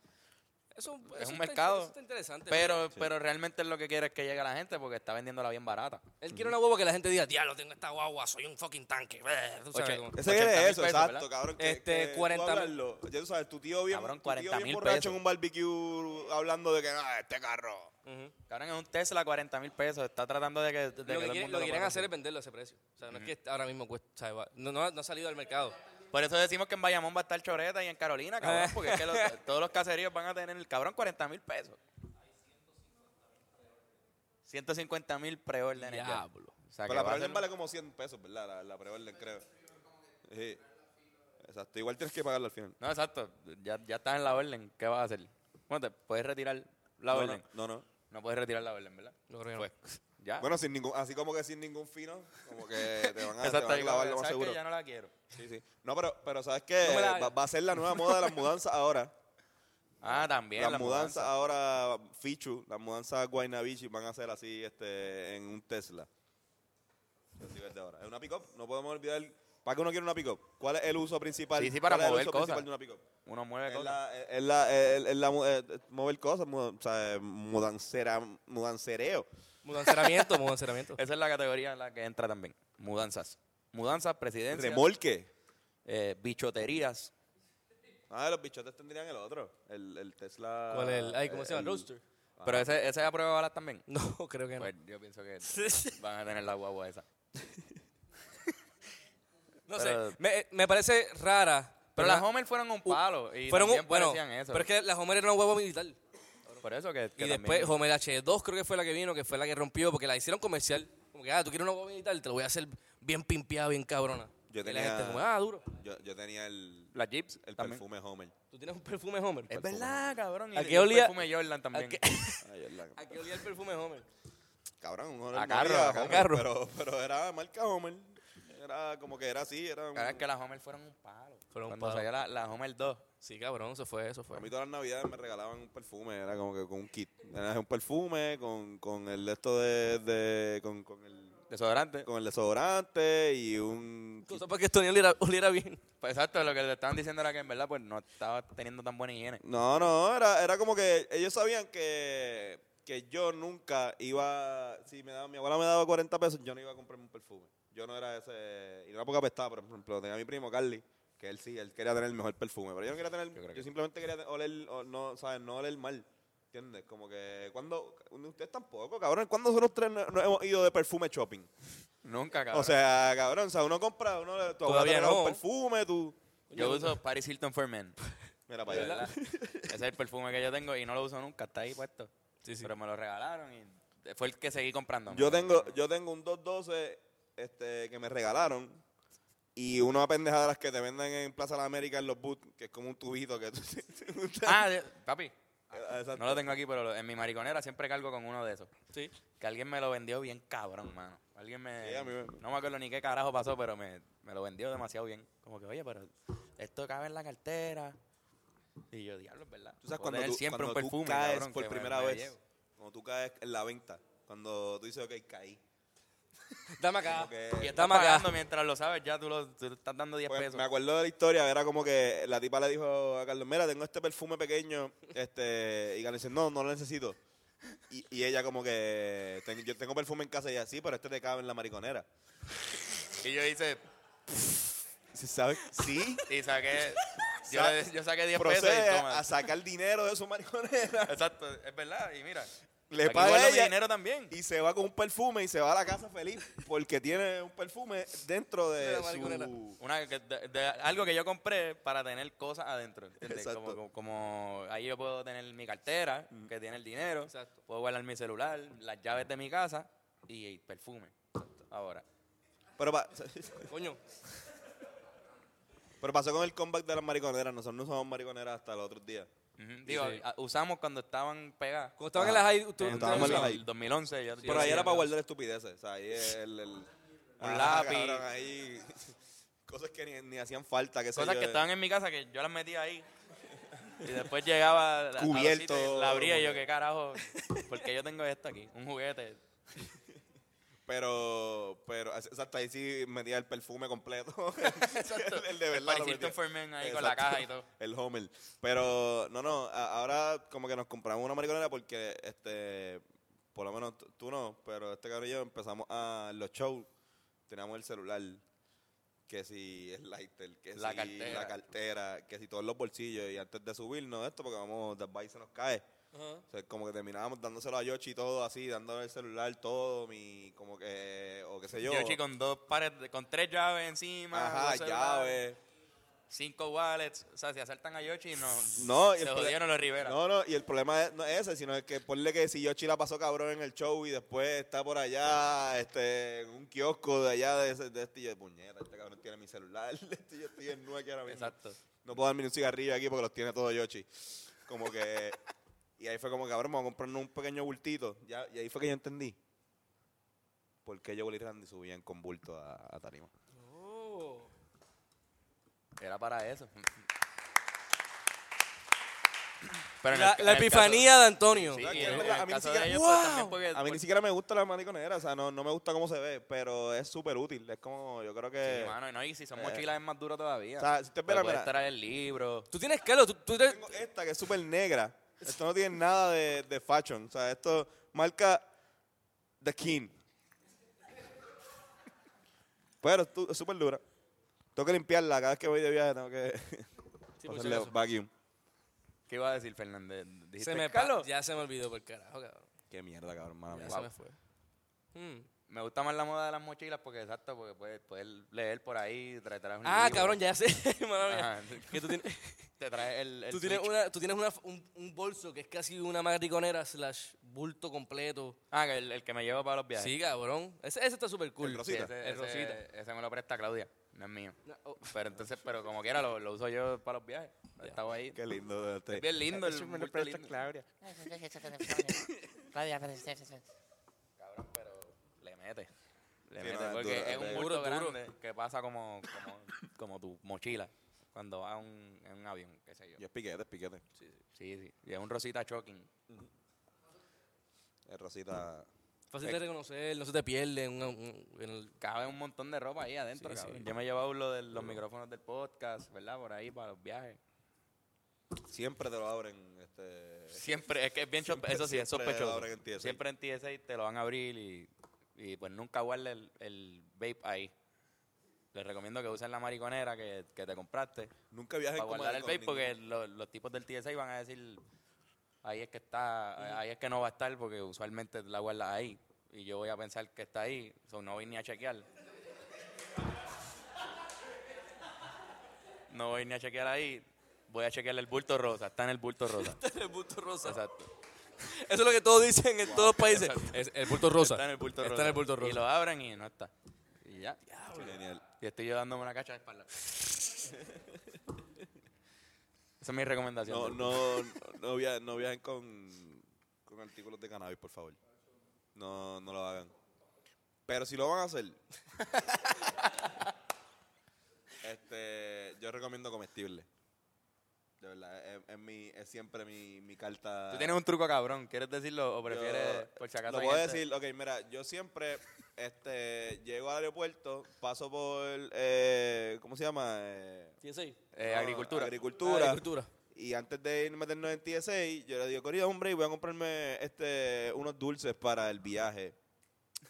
S2: Eso- eso
S1: un
S2: está-
S1: mercado.
S2: eso está interesante.
S1: Pero, pero realmente lo que quiere es que llegue a la gente porque está vendiéndola bien barata.
S2: Él quiere una guagua que la gente diga, diablo, tengo esta guagua, soy un fucking tanque. Tú sabes
S1: Oche,
S2: cómo-
S3: Ese es
S1: 80.000
S3: eso,
S1: pesos,
S3: exacto,
S1: ¿verdad?
S3: cabrón. que-
S2: Este,
S3: que tú
S2: 40.000.
S3: hablarlo, Ya tú sabes, tu tío bien,
S1: Cabrón,
S3: tu tío bien
S1: 40.000
S3: borracho
S1: pesos.
S3: en un barbecue hablando de que, ah, este carro.
S2: Ujú.
S1: Cabrón, es un Tesla 40 mil pesos. Está tratando de que. de
S2: Lo
S1: todo
S2: que,
S1: el mundo
S2: quiere- lo que quieren
S1: pueda
S2: hacer es
S1: comprar.
S2: venderlo a ese precio. O sea, no es que ahora mismo cuesta, o sea, va- no, no, no ha salido al mercado.
S1: Por eso decimos que en Bayamón va a estar Choreta y en Carolina, cabrón. Porque es que los- todos los caseríos van a tener el cabrón 40 mil pesos. 150 mil preórdenes. ya.
S2: Diablo.
S1: O sea, que
S3: Pero Pues la
S1: va a
S3: preorden
S1: ser-
S3: vale como 100 pesos, ¿verdad? La, la preorden, creo. Sí. Exacto, igual tienes que pagarlo al final.
S1: No, exacto. Ya, ya estás en la orden. ¿Qué vas a hacer? Bueno, te puedes retirar la
S3: no,
S1: orden.
S3: no, no, no.
S1: No puedes retirar la orden, ¿verdad?
S2: No creo que no.
S1: Pues, ya.
S3: Bueno, sin ningún, así como que sin ningún fino, como que te van a, te
S1: Exacto,
S3: van a
S1: ahí como
S3: clavar
S1: que,
S3: lo
S1: ¿sabes
S3: más
S1: qué?
S3: seguro.
S1: Ya no la quiero.
S3: Sí, sí. No, pero, pero sabes que
S2: No me la
S3: va,
S2: hagas.
S3: va a ser la nueva moda de las mudanzas ahora.
S1: Ah, también.
S3: Las
S1: la
S3: mudanzas ahora, Fichu, las mudanzas a Guaynabichi van a ser así este, en un Tesla. Así desde ahora. Es una pick-up, no podemos olvidar. ¿Para qué uno quiere una pick-up? ¿Cuál es el uso principal?
S1: Sí, sí, para
S3: ¿Cuál es el
S1: mover
S3: uso
S1: cosas.
S3: principal de una pick-up?
S1: Uno mueve
S3: Es
S1: cosas.
S3: la, es la, es la, es la mu- eh, mover cosas, mu- o sea, eh, mudancera, mudancereo.
S2: Mudanceramiento, mudanceramiento.
S1: Esa es la categoría en la que entra también. Mudanzas. Mudanzas, presidencias,
S3: Remolque.
S1: eh, bichoterías.
S3: Ah, los bichotes tendrían el otro, el, el Tesla.
S2: ¿Cuál es el-
S1: ah,
S2: ay, ¿cómo se llama?
S3: el-
S2: Roadster.
S1: Pero ese, ese es a prueba de balas también.
S2: No, creo que no.
S1: Pues yo pienso que van a tener la guagua esa.
S2: no
S1: pero-
S2: sé, me, me parece rara.
S1: Pero las
S2: una-
S1: Homer fueron un palo y
S2: fueron un,
S1: también
S2: bueno,
S1: parecían eso.
S2: pero es que la Homer era una huevo militar.
S1: Por eso que, que
S2: Y
S1: también-
S2: después Homer H2 creo que fue la que vino, que fue la que rompió, porque la hicieron comercial. Como que, ah, tú quieres una huevo militar, te lo voy a hacer bien pimpeado, bien cabrona.
S3: Yo
S2: y la
S3: tenía-
S2: gente como, ah, duro.
S3: Yo, yo tenía el,
S1: las Jeeps,
S3: el
S1: también.
S3: perfume Homer.
S2: Tú tienes un perfume Homer. Pues,
S1: Es verdad, cabrón. Y
S2: ¿A
S1: el,
S2: qué
S1: y el
S2: olía?
S1: perfume Jordan también.
S2: qué?
S3: Ay, es la-
S2: ¿A qué olía el perfume Homer?
S3: Cabrón, un
S1: A
S3: Homer.
S1: carro,
S3: había
S1: a
S3: Homer,
S2: carro.
S3: Pero, pero era marca Homer. Era como que era así, era un-
S1: Claro, es que las Homer fueron un palo.
S2: Fueron un
S1: Cuando
S2: palo.
S1: salió la, la Homer 2.
S2: Sí, cabrón, eso fue, eso fue.
S3: A mí todas las navidades me regalaban un perfume, era como que con un kit. Era un perfume con, con el esto de, de con, con el
S1: Desodorante.
S3: con el desodorante y un kit.
S2: Cosa para que esto ni oliera, oliera bien.
S1: Pues exacto, lo que le estaban diciendo era que en verdad pues no estaba teniendo tan buena higiene.
S3: No, no, era, era como que ellos sabían que, que yo nunca iba, si me daba, mi abuela me daba 40 pesos, yo no iba a comprarme un perfume. Yo no era ese, y no era porque apestaba, por ejemplo, tenía a mi primo Carly, que él sí, él quería tener el mejor perfume, pero yo no quería tener, yo,
S1: creo que-
S3: simplemente quería te- oler, o- no, ¿sabes? No oler mal. ¿Entiendes? Como que cuando. Ustedes tampoco, cabrón. ¿Cuándo nosotros tres no- nos hemos ido de perfume shopping?
S1: Nunca, cabrón.
S3: O sea, cabrón, o sea, uno compra, uno le- tu abuela te
S2: Todavía
S3: regala un
S2: no.
S3: perfume, tú.
S1: yo uso Paris Hilton for Men.
S3: Mira para
S1: de
S3: allá.
S1: verdad. Ese es el perfume que yo tengo y no lo uso nunca. Está ahí puesto. Pero me lo regalaron y fue el que seguí comprando.
S3: Yo tengo, yo tengo un 212 este, que me regalaron y una pendejada de las que te venden en Plaza de la América en los boots, que es como un tubito que tú...
S1: Ah, de- papi.
S3: Exacto.
S1: No lo tengo aquí, pero lo- en mi mariconera siempre cargo con uno de esos.
S2: Sí.
S1: Que alguien me lo vendió bien cabrón, mano. Alguien me...
S3: Sí, a mí me-
S1: No me acuerdo ni qué carajo pasó, pero me, me lo vendió demasiado bien. Como que, oye, pero esto cabe en la cartera. Y yo, diablo, es verdad.
S3: Tú sabes
S1: Puedo
S3: cuando
S1: tener
S3: tú,
S1: siempre
S3: cuando
S1: un
S3: tú
S1: perfume,
S3: caes
S1: cabrón,
S3: por
S1: que me-
S3: primera
S1: me
S3: vez,
S1: llevo.
S3: cuando tú caes en la venta, cuando tú dices, ok, caí.
S2: Dame acá.
S3: Como que-
S1: Y estás
S2: Dame acá.
S1: pagando mientras lo sabes, ya tú, lo, tú estás dando 10
S3: Pues,
S1: pesos.
S3: me acuerdo de la historia, era como que la tipa le dijo a Carlos, mira, tengo este perfume pequeño, este, y Carlos dice, no, no lo necesito. Y, y ella como que, "Ten- yo tengo perfume en casa y así, pero este te cabe en la mariconera.
S1: Y yo hice...
S3: ¿Sí ¿Sabes? Sí.
S1: Y saqué... yo,
S3: Sa-
S1: le- yo saqué 10 pesos
S3: Procede
S1: y toma.
S3: a sacar dinero de su mariconera,
S1: Exacto, es verdad. Y mira,
S3: le
S1: aquí
S3: paga
S1: guardo mi
S3: ella
S1: dinero también.
S3: y se va con un perfume y se va a la casa feliz porque tiene un perfume dentro de,
S2: De la mariconera.
S3: su...
S1: Una, que- de- de algo que yo compré para tener cosas adentro. ¿entiendes?
S3: Exacto.
S1: Como, como- como ahí yo puedo tener mi cartera, que tiene el dinero,
S2: Exacto.
S1: puedo guardar mi celular, las llaves de mi casa y, y perfume. Ahora.
S3: Pero, pa-
S2: Coño.
S3: pero pasó con el comeback de las mariconeras, nosotros no usamos mariconeras hasta los otros días.
S1: Ujú. Digo, a- usamos cuando estaban pegadas.
S2: Cuando estaban en
S3: Ah,
S2: las high, tú-
S1: En
S3: estaban en
S2: tú-
S3: las high.
S1: el 2011. yo-
S3: Pero ahí
S1: yo-
S3: era para guardar estupideces. O sea, ahí el. el-
S1: lápiz.
S3: cabrón, ahí. Cosas que ni, ni hacían falta. Que
S1: Cosas que estaban en mi casa que yo las metía ahí. Y después llegaba a la- a los
S3: Cubierto,
S1: sitios y la abría y yo,
S3: como que-
S1: ¿qué carajo? Porque yo tengo esto aquí, un juguete.
S3: Pero. Pero. Exacto, ahí sí metía el perfume completo.
S1: Exacto.
S3: el, el de verdad.
S1: El
S3: lo
S1: Paris
S3: metía.
S1: Hilton for Men ahí con la
S3: Exacto.
S1: caja y todo.
S3: El Homer. Pero. No, no. a- ahora como que nos compramos una mariconera porque. Este. Por lo menos t- tú no. Pero este cabrón y yo empezamos a. Los shows. Teníamos el celular. que si el lighter, que
S1: La
S3: si
S1: cartera.
S3: la cartera, que si todos los bolsillos. Y antes de subirnos esto, porque vamos, The Vice se nos cae.
S2: Ajá.
S3: O sea, como que terminábamos dándoselo a Yoshi y todo así, dándole el celular todo, mi, como que, o qué sé yo.
S1: Yo, chico, con dos pares, de- con tres llaves encima.
S3: Ajá,
S1: dos celulares,
S3: llaves.
S1: Cinco wallets. O sea, si asaltan a Yoshi, no.
S3: No, y
S1: se
S3: el pro-
S1: jodieron los Rivera.
S3: No, no, y el problema es- no es ese, sino es que ponle que si Yoshi la pasó cabrón en el show y después está por allá, este, en un kiosco de allá de, ese, de este, y yo, puñeta, este cabrón tiene mi celular, este, yo estoy en nube aquí ahora mismo.
S1: Exacto.
S3: No puedo darme ni un cigarrillo aquí porque los tiene todo Yoshi. Como que. y ahí fue como que, cabrón, vamos a comprarnos un pequeño bultito. Ya, y ahí fue que yo entendí. ¿Por qué Joel y Randy subían con bulto a, a Tarima?
S2: Oh.
S1: Era para eso. Pero en
S2: La,
S1: el-
S2: la
S1: en el
S2: epifanía de Antonio.
S1: caso- sí,
S3: ¿Sabes qué?
S1: en el-
S3: A
S1: en
S3: mí
S1: el
S3: ni
S1: caso
S3: siquiera-
S1: de ellos, pues,
S2: ¡Wow!
S1: también porque-
S3: A mí ni
S1: porque-
S3: siquiera me gusta la mariconera, o sea, no, no me gusta cómo se ve, pero es súper útil. Es como, yo creo que.
S1: Sí, mano, y no, y si son
S3: eh,
S1: mochilas es más duro todavía.
S3: o sea, si usted ve la-
S1: Pero puedes
S3: mira.
S1: traer el libro.
S2: Tú tienes Carlos, tú, tú te-
S3: tengo esta que es súper negra. Esto no tiene nada de, de fashion. O sea, esto marca The King. Pero es tu- es súper dura. Tengo que limpiarla. Cada vez que voy de viaje tengo que
S2: por si
S3: hacerle
S2: acaso.
S3: vacuum.
S1: ¿Qué iba a decir Fernández? ¿Dijiste
S2: se me pa-
S1: Carlos?
S2: Ya se me olvidó por carajo, cabrón.
S3: Qué mierda, cabrón. mala
S2: Ya
S3: mía.
S2: se me fue. Mm.
S1: Me gusta más la moda de las mochilas porque, exacto, porque puedes, puedes leer por ahí, tra- traes un
S2: Ah,
S1: libro.
S2: cabrón, ya sé. mano mía.
S1: Ajá.
S2: Que tú tienes,
S1: Te traes el, el
S2: tú tienes,
S1: Switch.
S2: una, tú tienes una- un, un bolso que es casi una mariconera slash bulto completo.
S1: Ah, que el, el que me lleva para los viajes.
S2: Sí, cabrón. Ese, ese está súper cool.
S3: El
S1: Sí,
S3: Rosita.
S1: ese,
S2: El
S1: ese-
S2: Rosita.
S1: ese me lo presta Claudia, no es mío.
S2: No, oh,
S1: Pero entonces, pero como quiera, lo, lo uso yo para los viajes. Estaba ahí.
S3: Qué lindo. Este.
S1: Es bien lindo el bulto lindo.
S3: Claudia.
S1: Cabrón, pero le mete. Le
S3: Sí,
S1: mete
S3: no, es
S1: porque es
S3: duro, es
S1: un
S3: duro.
S1: bulto
S2: Duro, duro.
S1: grande que pasa como, como, como tu mochila cuando vas a un, en un avión, qué sé yo.
S3: Y es piquete, es piquete.
S1: Sí, sí. Y es un Rosita Choking.
S3: Es Rosita.
S2: Fácil de reconocer, no se te pierde. en una- un- en el-
S1: Cabe un montón de ropa ahí adentro,
S2: Sí, sí.
S1: cabrón. Yo me he llevado lo de los micrófonos del podcast, ¿verdad? Por ahí para los viajes.
S3: Siempre te lo abren. Este,
S1: Siempre, es que es bien
S3: Siempre-
S1: sospe- eso sí, es
S3: siempre
S1: sospechoso.
S3: lo abren en TSA.
S1: Siempre en TSA te lo van a abrir y, y pues nunca guarde el, el vape ahí. Les recomiendo que usen la mariconera que, que te compraste
S3: Nunca viajes
S1: para
S3: como
S1: guardar el
S3: con
S1: vape
S3: ningún-
S1: porque lo- los tipos del TSA van a decir, Ahí es que está, ahí es que no va a estar porque usualmente la guardas ahí. Y yo voy a pensar que está ahí, so no voy ni a chequear. No voy ni a chequear ahí. Voy a chequear el bulto rosa. Está en el bulto rosa.
S2: El bulto rosa.
S1: Exacto.
S2: Eso es lo que todos dicen en todos los países.
S1: Exacto.
S2: Es- el bulto rosa.
S1: Está en el bulto rosa.
S2: Está en el bulto rosa.
S1: Y lo abren y no está. Y ya.
S3: Genial.
S1: Y estoy yo dándome una cacha de espalda. Esa es mi recomendación.
S3: No,
S1: del-
S3: no, no, via- no viajen con, con artículos de cannabis, por favor. No, no lo hagan. Pero si lo van a hacer, este, yo recomiendo comestible. De verdad, es, es mi, es siempre mi, mi carta.
S1: Tú tienes un truco cabrón. ¿Quieres decirlo o
S3: Yo-
S1: prefieres por si acaso?
S3: Lo
S1: hay
S3: puedo
S1: gente-
S3: decir, ok, mira, yo siempre este, llego al aeropuerto, paso por, eh, ¿cómo se llama? Eh,
S1: Eh,
S3: no,
S1: agricultura.
S3: Agricultura.
S2: Agricultura.
S3: Y antes de irme del 96, yo le digo, querido hombre, y voy a comprarme este unos dulces para el viaje.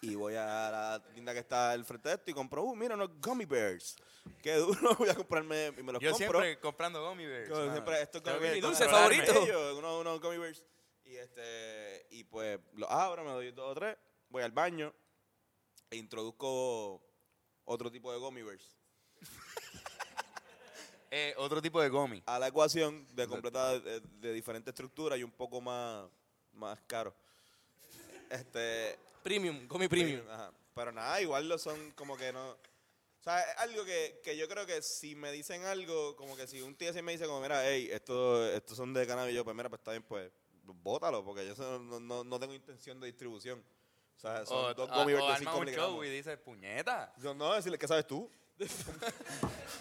S3: Y voy a la tienda que está al frente de esto y compro, uh, mira, unos gummy bears. Qué duro, voy a comprarme y me los
S1: yo
S3: compro.
S1: siempre comprando gummy bears.
S3: Yo
S1: mano.
S3: siempre estos
S1: Tengo
S3: gummy bears.
S1: que
S2: dulce
S1: controlarme.
S2: favorito.
S3: Ellos, Unos, unos gummy bears. Y, este, y pues los abro, me doy dos o tres, voy al baño e introduzco otro tipo de gummy bears.
S1: Eh, otro tipo de gummy.
S3: a la ecuación de completada de, de diferente estructura y un poco más, más caro. Este,
S2: Premium, gummy premium.
S3: ajá. Pero nada, igual lo son como que no. O sea, es algo que, que yo creo que si me dicen algo, como que si un tío así me dice como, mira, hey, esto, estos son de cannabis, yo, pues mira, pues está bien, pues bótalo, porque yo eso no, no, no tengo intención de distribución. O sea, Ah, son
S1: O,
S3: dos
S1: o-
S3: gummy bears
S1: o
S3: de
S1: arma
S3: 5
S1: un show
S3: miligramos.
S1: y dices, puñeta.
S3: Yo, no, decirle, ¿qué sabes tú?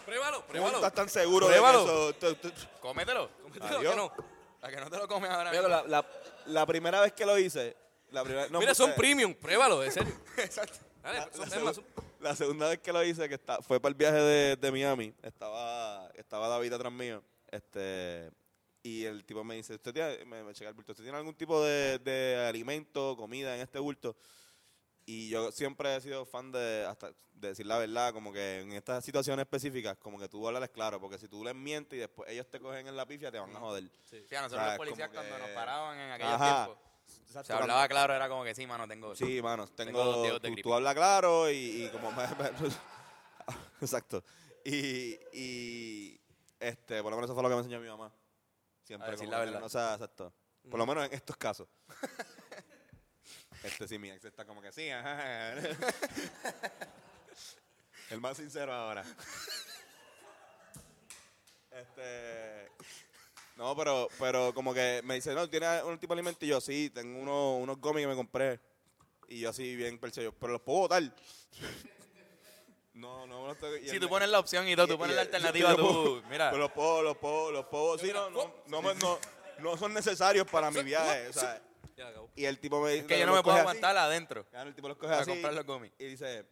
S2: Pruébalo,
S3: ¿Cómo
S2: pruébalo.
S3: estás tan seguro de que
S2: Pruébalo.
S3: eso? tú- tú-
S1: Cómetelo.
S2: Mételo,
S3: Adiós.
S2: que no.
S1: A que no te lo comes ahora.
S3: Pero
S1: mismo.
S3: la, la- la primera vez que lo hice, la primera, no, Ah,
S2: Mira, son
S3: porque-
S2: premium, pruébalo, en serio.
S1: Exacto.
S2: Dale,
S3: La,
S2: son-
S3: la
S2: es más,
S3: segu-
S2: son-
S3: la segunda vez que lo hice, que está, fue para el viaje de, de Miami, estaba, estaba David atrás mío, este, y el tipo me dice, usted tiene, me, me checa el bulto, ¿usted tiene algún tipo de, de alimento, comida en este bulto? Y yo siempre he sido fan de, hasta, de decir la verdad, como que en estas situaciones específicas, como que tú hablas claro, porque si tú les mientes y después ellos te cogen en la pifia, te van a joder.
S1: Sí, a nosotros
S3: O sea,
S1: los policías
S3: Ah, como que-
S1: cuando nos paraban en aquel
S3: Ajá.
S1: tiempo,
S3: Exacto,
S1: se hablaba claro, era como que sí, mano, tengo...
S3: Sí, manos,
S1: Tengo dos
S3: tengo.
S1: dedos de
S3: tú,
S1: gripe.
S3: tú habla claro y, y como. exacto. Y, y, Este, por lo menos eso fue lo que me enseñó mi mamá. Siempre.
S1: A decir
S3: como
S1: la
S3: que
S1: verdad. Mm.
S3: No sea exacto. Por lo menos en estos casos. este sí, mi ex está como que sí, ajá. El más sincero ahora. Este. No, pero, pero como que me dice, no, ¿tienes un tipo de alimento? Y yo, sí, tengo uno- unos gomis que me compré. Y yo así bien perseguido, pero los puedo botar. no, no, no estoy... y
S1: Si
S3: él
S1: tú
S3: me-
S1: pones la opción y todo,
S3: y-
S1: tú
S3: y-
S1: pones la
S3: y-
S1: alternativa,
S3: yo
S1: tú,
S3: puedo-
S1: mira,
S3: Pero los puedo, los puedo, los puedo. Sí, no, no, no, me- no, no son necesarios para mi viaje, o sea.
S2: Ya acabó.
S3: Y el tipo me dice...
S1: es que yo no
S3: los
S1: me puedo
S3: coge así.
S1: aguantar adentro.
S3: Claro, el tipo los coge
S1: para
S3: así
S1: comprar los gomis.
S3: Y dice,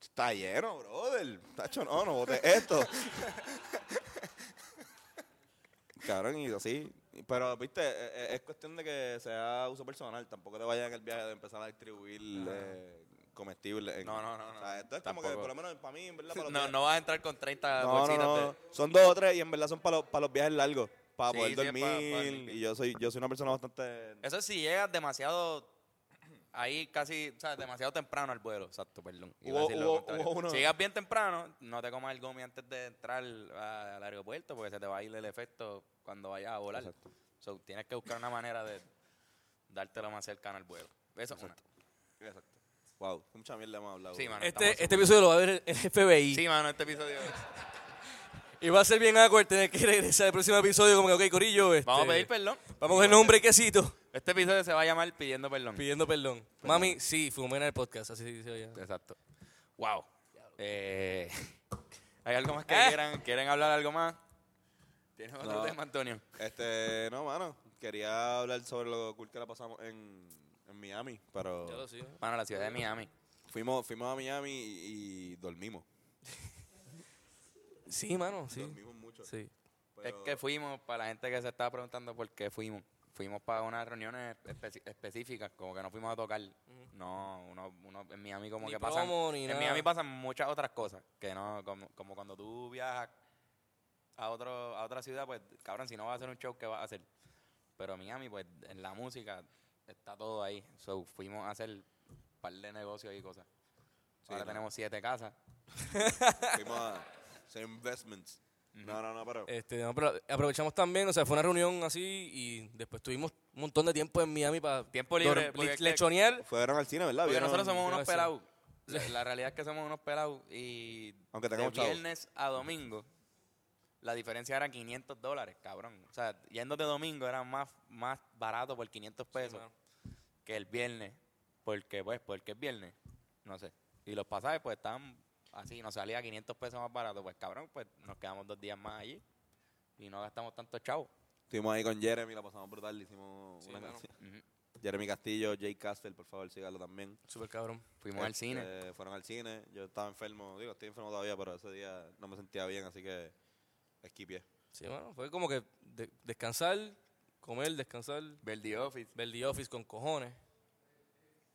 S3: está lleno, brother. Tacho, no, no botes esto. Cabrón, y así. Pero, viste, eh, eh, es cuestión de que sea uso personal. Tampoco te vayas en el viaje de empezar a distribuir eh, comestibles. en-
S1: No, no, no,
S3: O sea,
S1: no,
S3: esto es como que,
S1: tampoco.
S3: por lo menos para mí, en verdad, para los
S1: No,
S3: viajes-
S1: no vas a entrar con 30
S3: no, no,
S1: bolsitas
S3: no,
S1: de...
S3: Son dos o tres y en verdad son para los, para los viajes largos. Para
S1: Sí,
S3: poder
S1: sí, es
S3: dormir.
S1: pa- pa dormir.
S3: y yo soy, yo soy una persona bastante...
S1: Eso es si llegas demasiado ahí casi, o sea, demasiado temprano al vuelo. Exacto, perdón. Iba a
S3: Hubo-
S1: decir lo
S3: hubo-
S1: contrario.
S3: hubo uno-
S1: Si llegas bien temprano, no te comas el gomi antes de entrar a- al aeropuerto porque se te va a ir el efecto cuando vayas a volar.
S3: Exacto.
S1: So, tienes que buscar una manera de dártelo más cercano al vuelo. Eso es una.
S3: Exacto. Wow, mucha mierda hemos hablado.
S1: Sí, mano. estamos
S2: Este, este episodio lo va a ver el FBI.
S1: Sí, mano, este episodio.
S2: Y va a ser bien awkward tener que regresar al próximo episodio como que, ok, Corillo, este,
S1: Vamos a pedir perdón.
S2: Vamos a cogernos un brequecito
S1: Este episodio se va a llamar Pidiendo Perdón.
S2: pidiendo perdón. Mami, sí, fumé en el podcast, así se oye.
S1: Exacto. Wow. Eh, ¿Hay algo más que
S2: Eh.
S1: quieran? ¿Quieren hablar algo más? ¿Tienes otro
S3: No.
S1: tema, Antonio?
S3: Este, no, mano. Quería hablar sobre lo cool que la pasamos en, en Miami, pero
S1: Bueno, la ciudad de Miami.
S3: fuimos, fuimos a Miami y, y dormimos.
S2: Sí, mano, sí.
S3: Dormimos mucho.
S2: Sí.
S1: Es que fuimos, para la gente que se estaba preguntando por qué fuimos, fuimos para unas reuniones especi- específicas, como que no fuimos a tocar. No, uno, uno- en Miami como
S2: Ni
S1: que pasan...
S2: promo, ni
S1: en
S2: nada.
S1: Miami pasan muchas otras cosas, que no, como, como cuando tú viajas a, otro, a otra ciudad, pues, cabrón, si no vas a hacer un show, ¿qué vas a hacer? Pero Miami, pues en la música está todo ahí. So, fuimos a hacer un par de negocios y cosas.
S3: Sí,
S1: Ahora
S3: no.
S1: tenemos siete casas.
S3: Fuimos a hacer investments. No, no, no, pero.
S1: Eh,
S2: Este, no, pero aprovechamos también, o sea, fue una reunión así y después tuvimos un montón de tiempo en Miami para
S1: Tiempo libre,
S2: dorm-
S1: porque
S2: le-
S1: es que- Oh,
S2: lechonear.
S3: Fueron al cine, ¿verdad?
S1: Porque
S3: Vieron-
S1: nosotros somos
S2: vieron
S1: unos
S2: eso.
S1: pelados. La, la realidad es que somos unos pelados y
S3: Aunque
S1: de
S3: tengamos chavos.
S1: viernes a domingo la diferencia era 500 dólares, cabrón. O sea, yendo de domingo era más, más barato por 500 pesos
S2: mano.
S1: que el viernes. Porque, pues, porque es viernes. No sé. Y los pasajes, pues, estaban así. Nos salía 500 pesos más barato. Pues, cabrón, pues, nos quedamos dos días más allí. Y no gastamos tanto chavo.
S3: Estuvimos ahí con Jeremy, la pasamos brutal, le hicimos una
S2: mano.
S3: canción. Jeremy Castillo, Jay Castle, por favor, sígalo también.
S2: Super cabrón.
S1: Fuimos al
S3: Este,
S1: cine.
S3: Fueron al cine. Yo estaba enfermo, digo, estoy enfermo todavía, pero ese día no me sentía bien, así que esquipié.
S2: Sí, mano, fue como que de- descansar, comer, descansar,
S1: Ver The Office.
S2: ver The Office con cojones.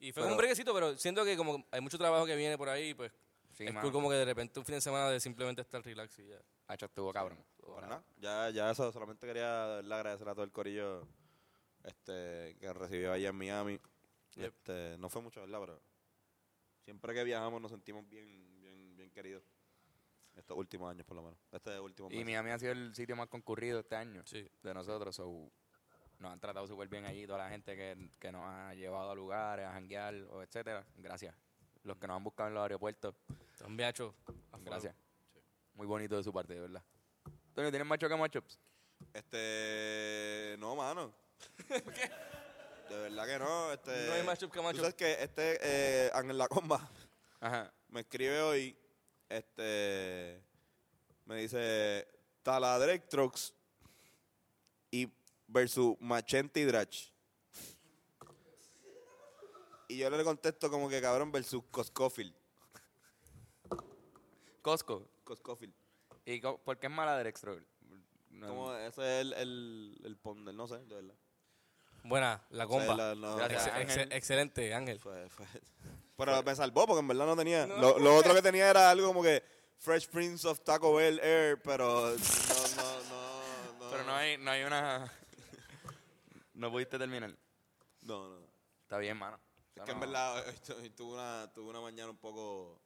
S2: Y fue
S3: Pero-
S2: un brequecito, pero siento que como hay mucho trabajo que viene por ahí, pues
S1: Sí,
S2: es
S1: mano.
S2: cool como que de repente un fin de semana de simplemente estar relax y ya.
S1: Hacho, estuvo cabrón.
S3: Pero nada, ya, ya eso, solamente quería darle agradecer a todo el corillo este, que recibió allá en Miami.
S2: Yep.
S3: Este, no fue mucho, ¿verdad? Pero siempre que viajamos nos sentimos bien, bien, bien queridos. Estos últimos años, por lo menos. Este último
S1: Y
S3: mes.
S1: Miami ha sido el sitio más concurrido este año
S2: Sí.
S1: de nosotros. so, nos han tratado súper bien allí, toda la gente que, que nos ha llevado a lugares, a janguear, o etcétera. Gracias. Los que nos han buscado en los aeropuertos,
S2: También ha hecho a fuego.
S1: gracias. Muy bonito de su parte, de verdad. Antonio, ¿tienes macho que macho?
S3: Este. No, mano. De verdad que no. Este,
S2: No hay matchup que matchup.
S3: Tú sabes que este eh, Ángel La Comba
S1: Ajá.
S3: me escribe hoy. Este. Me dice. Taladrectrox y versus Machente y Drach. Y yo le contesto como que cabrón versus Coscofield.
S1: Costco.
S3: Coscofield.
S1: ¿Y co- por qué es mala Drextro? No-
S3: Como ese es el, el, el ponder, no sé, de verdad.
S2: Buena, la
S3: O sea,
S2: comba.
S3: la- no,
S1: Gracias.
S2: Ex-
S1: Ángel.
S2: ex- excelente, Ángel.
S3: Fue- fue- Pero me salvó porque en verdad no tenía. Lo, lo otro que tenía era algo como que Fresh Prince of Taco Bell Air, pero no, no, no. no
S1: Pero no hay, no hay una... no pudiste terminar.
S3: No, no.
S1: Está bien, mano.
S3: Es que en verdad hoy tu- hoy tuve una, tuve una mañana un poco.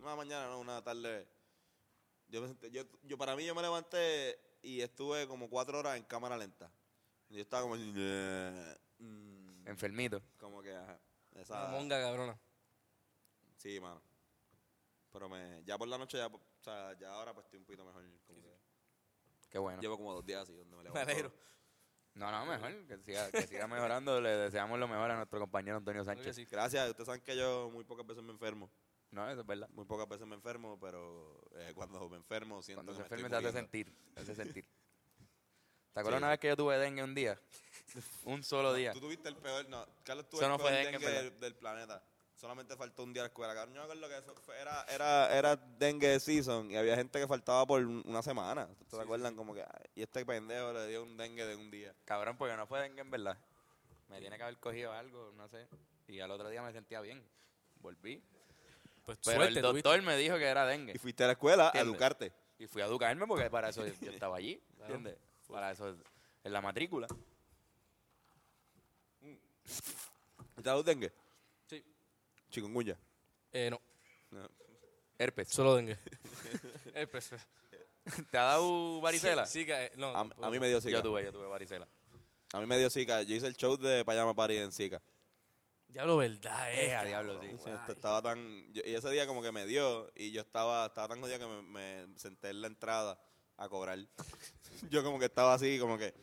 S3: Una mañana, no, una tarde. Yo, me senté- yo, yo para mí yo me levanté y estuve como cuatro horas en cámara lenta. Yo estaba como. mm,
S1: Enfermito.
S3: Como que. Ajá, esa-
S2: Una monga cabrona.
S3: Sí, mano. Pero me, ya por la noche, ya, po- o sea, ya ahora pues estoy un poquito mejor. como que-
S1: Qué bueno.
S3: Llevo como dos días así donde me
S2: Me
S3: levanto.
S2: alegro.
S1: No, no, mejor. Que siga, que siga mejorando. Le deseamos lo mejor a nuestro compañero Antonio
S2: Creo que
S1: Sánchez.
S2: sí.
S3: Gracias, ustedes saben que yo muy pocas veces me enfermo.
S1: No, eso es verdad.
S3: Muy pocas veces me enfermo, pero eh, cuando me enfermo siento
S1: Cuando
S3: que
S1: se
S3: me estoy
S1: enferme te hace
S3: muriendo.
S1: sentir. Te hace sentir. ¿Te acuerdas
S3: Sí,
S1: una
S3: sí.
S1: vez que yo tuve dengue un día? Un solo día.
S3: Tú tuviste el peor, no, Carlos tuvo
S1: Eso
S3: el
S1: no fue
S3: peor
S1: dengue, en
S3: dengue
S1: verdad.
S3: del, del planeta. Solamente faltó un día a la escuela, cabrón. Yo me acuerdo que eso fue- era, era, era dengue de season y había gente que faltaba por un- una semana. ¿Ustedes se acuerdan? Como que, "Ay, y este pendejo le dio un dengue de un día.
S1: Cabrón, porque no fue dengue en verdad. Me tiene que haber cogido algo, no sé. Y al otro día me sentía bien. Volví.
S2: Pues
S1: Pero
S2: suerte,
S1: el
S2: tuviste.
S1: doctor me dijo que era
S3: Y
S1: dengue.
S3: fuiste a la escuela a
S1: Entiende.
S3: educarte.
S1: Y fui a educarme porque para eso yo estaba allí. ¿Entiendes? Para eso, en la matrícula.
S3: ¿Te has dado dengue?
S2: Sí.
S3: Chikungunya.
S2: Eh, no,
S1: Herpes.
S2: solo dengue. Eh, pues, eh.
S1: ¿Te ha dado varicela?
S2: Sí, que, eh, no.
S3: A,
S2: tampoco.
S3: a mí me dio zika.
S1: Yo tuve, yo tuve varicela.
S3: A mí me dio zika. Yo hice el show de Payama Party en zika.
S2: Diablo, verdad, eh.
S1: Eh, a
S2: cabrón.
S1: diablo, sí.
S3: Sí, est- Estaba tan... yo- y ese día como que me dio y yo estaba, estaba tan jodido que me, me senté en la entrada a cobrar. yo como que estaba así, como que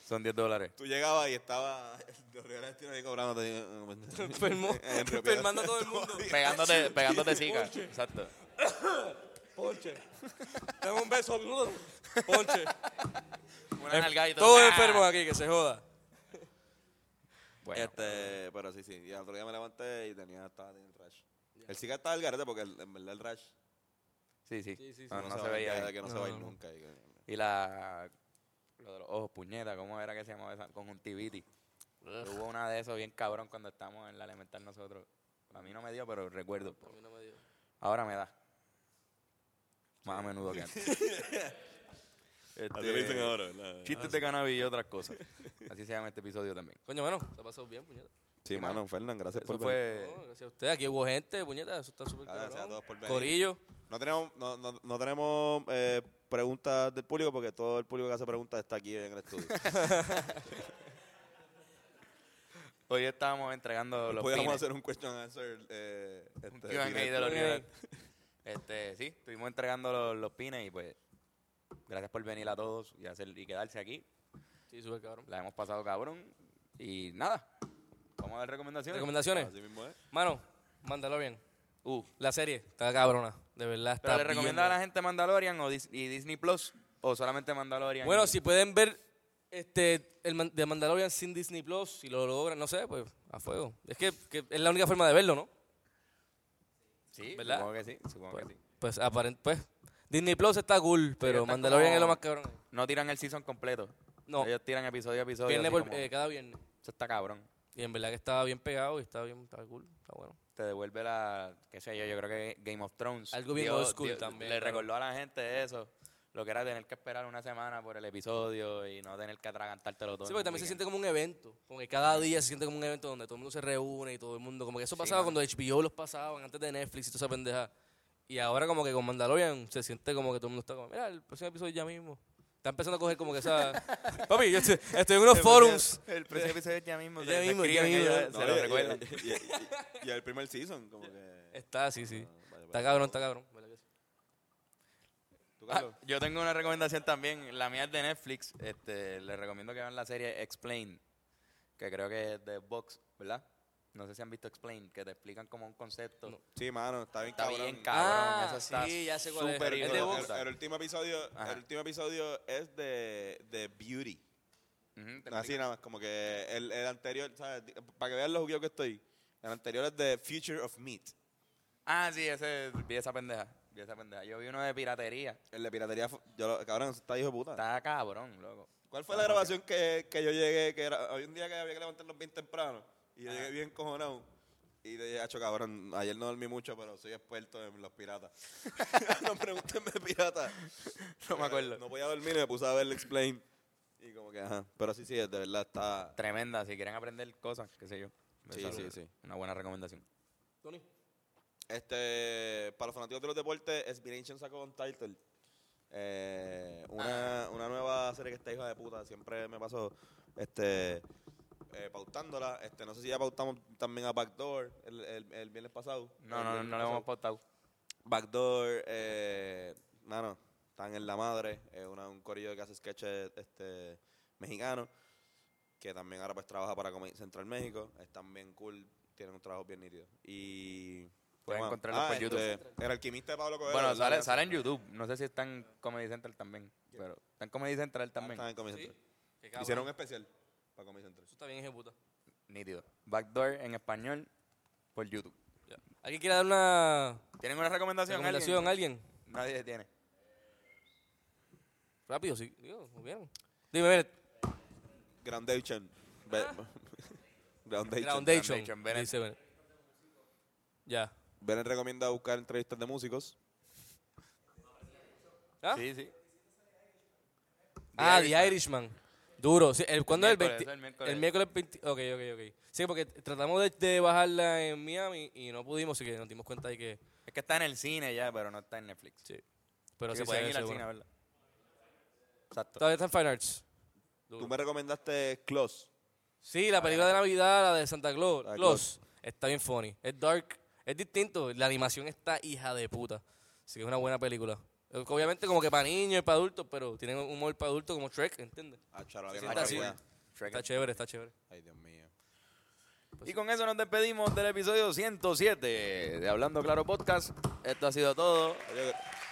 S1: Son 10 dólares.
S3: tú llegabas y estaba de Rivera del Tiro ahí cobrando.
S2: Enfermo, enfermando a todo el mundo.
S1: Pegándote, pegándote zika. Exacto.
S2: Ponche. Dame un beso, boludo. Ponche.
S1: Una nalgadita.
S2: Todo
S1: ¡Ah!
S2: enfermo aquí, que se joda.
S1: Bueno,
S3: Este, pero sí, sí. Y al otro día me levanté y tenía, estaba en rash. El zika estaba al garete porque el- en verdad el rash
S1: sí, sí.
S2: Sí, sí, sí.
S1: Ah, no,
S3: va
S1: se
S3: a ir,
S1: veía.
S3: que
S1: bien.
S3: no, se
S2: No,
S3: va a ir
S2: no, no.
S3: nunca. y que-
S1: Y la. Lo de los ojos, puñeta, ¿cómo era que se llamaba esa? Conjuntivitis. Hubo una de esos bien cabrón cuando estábamos en la elemental nosotros. A mí no me dio, pero recuerdo. Ahora me da. Más a menudo que antes.
S3: Así le dicen
S1: Este,
S3: ahora, ¿verdad?
S1: Chistes de cannabis y otras cosas. Así se llama este episodio también.
S2: Coño, mano, se ha pasado bien, puñeta.
S3: Sí, mano, Fernán, gracias
S1: Eso
S3: por
S1: fue.
S3: venir.
S2: No, gracias a usted. Aquí hubo gente, puñeta. Eso está súper
S3: Gracias
S2: cabrón.
S3: a todos por venir.
S2: Corillo.
S3: No tenemos, no, no, no tenemos eh, preguntas del público porque todo el público que hace preguntas está aquí en el estudio.
S1: Hoy estábamos entregando los
S3: Podríamos
S1: pines.
S3: hacer un question and answer. Eh,
S1: un
S3: este,
S1: Q&A de
S3: directo.
S1: los
S2: Ok.
S1: niveles. Este, sí, estuvimos entregando los, los pines y pues gracias por venir a todos y hacer y quedarse aquí.
S2: Sí, súper cabrón.
S1: La hemos pasado cabrón y nada. Vamos a dar recomendaciones.
S2: ¿Recomendaciones?
S3: Así mismo es.
S2: Mano, Mandalorian.
S1: Uh,
S2: La serie está cabrona. De verdad, está
S1: ¿Pero le
S2: bien
S1: recomienda a la
S2: buena.
S1: gente Mandalorian o Dis- y Disney Plus o solamente Mandalorian?
S2: Bueno,
S1: y-
S2: si pueden ver este el Man- The Mandalorian sin Disney Plus, si lo logran, no sé, pues a fuego. Es que, que es la única forma de verlo, ¿no?
S1: sí,
S2: ¿verdad?
S1: Supongo que sí, supongo
S2: Pues,
S1: que sí.
S2: pues, aparent- pues Disney Plus está cool, pero
S1: está
S2: Mandalorian
S1: como-
S2: es lo más cabrón.
S1: No tiran el season completo.
S2: No.
S1: Ellos tiran episodio a episodio.
S2: Viernes
S1: así
S2: por-
S1: como,
S2: eh, cada viernes.
S1: Eso está cabrón.
S2: Y en verdad que estaba bien pegado y estaba bien, estaba cool, está bueno.
S1: te devuelve la, qué sé yo, yo creo que Game of Thrones.
S2: Algo bien old school también,
S1: Le
S2: claro.
S1: recordó a la gente eso, lo que era tener que esperar una semana por el episodio y no tener que atragantártelo todo.
S2: Sí, porque también se siente como un evento, como que cada día se siente como un evento donde todo el mundo se reúne y todo el mundo, como que eso pasaba
S1: mano.
S2: cuando HBO los pasaban antes de Netflix y toda esa pendeja. Y ahora como que con Mandalorian se siente como que todo el mundo está como, mira, el próximo episodio ya mismo. Está empezando a coger como que esa... Papi, yo estoy, estoy en unos forums.
S1: El primer episodio ya mismo,
S2: Ya
S1: se,
S2: mismo, ya
S1: escriben,
S2: mismo.
S1: ellos
S3: No,
S1: se lo
S3: y- y-
S1: recuerdan.
S3: Y, y- y- y el primer season, como que.
S2: Está, sí, sí.
S3: vaya,
S2: Está
S3: vaya.
S2: cabrón, está cabrón.
S3: ¿Tú,
S1: Ah,
S3: Carlos?
S1: yo tengo una recomendación también, la mía es de Netflix, este, les recomiendo que vean la serie Explain, que creo que es de Vox, ¿verdad? No sé si han visto Explain, que te explican como un concepto.
S2: No.
S3: Sí, mano, está bien
S1: Está
S3: cabrón.
S1: bien cabrón,
S2: Ah,
S1: eso está
S2: sí, ya sé cuál es.
S1: súper
S3: Pero
S2: Es
S1: hijo
S2: de
S3: el,
S2: Vox.
S1: puta.
S3: el- el último episodio,
S1: Ajá.
S3: el último episodio es de, de Beauty.
S1: Ujú, te
S3: Así nada más, como que el, el anterior, ¿sabes? Di- Para que vean los juguetes que estoy. El anterior es de Future of Meat.
S1: Ah, sí, ese, vi esa pendeja. Vi esa pendeja. Yo vi uno de piratería.
S3: El de piratería, fu- yo lo- cabrón, eso está hijo de puta.
S1: Está cabrón, loco.
S3: ¿Cuál fue la grabación que, que yo llegué? Que era, había un día que había que levantarnos bien temprano. Y yo llegué bien cojonado. Y le dije, "Acho, cabrón, ayer no dormí mucho, pero soy experto en los piratas. no pregúntenme piratas.
S1: No me acuerdo.
S3: No podía dormir y me puse a ver el Explain. Y como que, ajá. Pero sí, sí, de verdad está...
S1: Tremenda, si quieren aprender cosas, qué sé yo.
S3: Sí,
S1: Esa
S3: sí,
S1: es
S3: sí.
S1: Una buena recomendación.
S2: Tony.
S3: Este, para los fanáticos de los deportes, Esmination sacó un title. Eh, una,
S1: Ah.
S3: una nueva serie que está hija de puta. Siempre me paso este, eh, pautándola. Este, no sé si ya pautamos también a Backdoor el, el, el viernes pasado.
S1: No, no,
S3: El
S1: no,
S3: viernes
S1: le hemos
S3: pasado.
S1: pautado.
S3: Backdoor, eh, mano, están en la madre. Es una- un corillo que hace sketches este, mexicano, que también ahora pues trabaja para Comedy Central México. Están bien cool, tienen un trabajo bien nítido. Y.
S1: Pueden
S3: ¿qué más?
S1: encontrarlos por
S3: este, El alquimista de Pablo Coelho.
S1: Bueno,
S3: ¿verdad?
S1: sale, sale en YouTube. No sé si está en Comedy Central también. Pero está en Comedy Central
S3: Ah,
S1: también.
S3: están en Comedy
S2: Sí.
S3: Central.
S2: Qué cabrón.
S3: Hicieron un especial para Comedy Central.
S2: Eso está bien, ejecuta.
S1: Nítido. Backdoor en español por YouTube.
S2: ¿Alguien quiere dar una
S1: ¿Tienen una recomendación?
S2: recomendación a
S1: alguien?
S2: alguien?
S1: Nadie tiene.
S2: Rápido, sí. Digo, muy bien. Dime, Bennett.
S3: Groundation. Ve-
S2: Ah.
S3: Groundation.
S2: Groundation.
S1: Groundation, Bennett.
S2: dice Bennett. Ya.
S3: Bennett recomienda buscar entrevistas de músicos.
S2: ¿Ah?
S1: Sí, sí.
S2: Ah,
S1: The
S2: The Irishman. Duro. Sí, el, ¿Cuándo es el
S1: miércoles,
S2: 20?
S1: eso es el miércoles.
S2: El miércoles 20. Ok, ok, ok. Sí, porque tratamos de, de bajarla en Miami y no pudimos, así que nos dimos cuenta de que.
S1: Es que está en el cine ya, pero no está en Netflix.
S2: Sí. Pero
S1: Así
S2: sí,
S1: que pueden ir al
S2: sí,
S1: cine, a verla. Exacto.
S2: Todavía está en Fine Arts.
S3: Tú me recomendaste Close.
S2: Sí, la película de Navidad, la de Santa Claus.
S3: La de
S2: Claus. Está bien funny. Es dark. Es distinto. La animación está hija de puta. Así que es una buena película. Eh, Obviamente como que para niños y para adultos, pero tienen un humor para adultos como Trek, ¿entiendes?
S3: Ah, chaval,
S2: Sí,
S3: que
S2: sí,
S3: no
S2: está así.
S3: recuerda.
S1: Shrek
S2: Está chévere, está chévere.
S3: Ay, Dios mío.
S1: Y con eso nos despedimos del episodio 107 de Hablando Claro Podcast. Esto ha sido todo.
S3: Oye,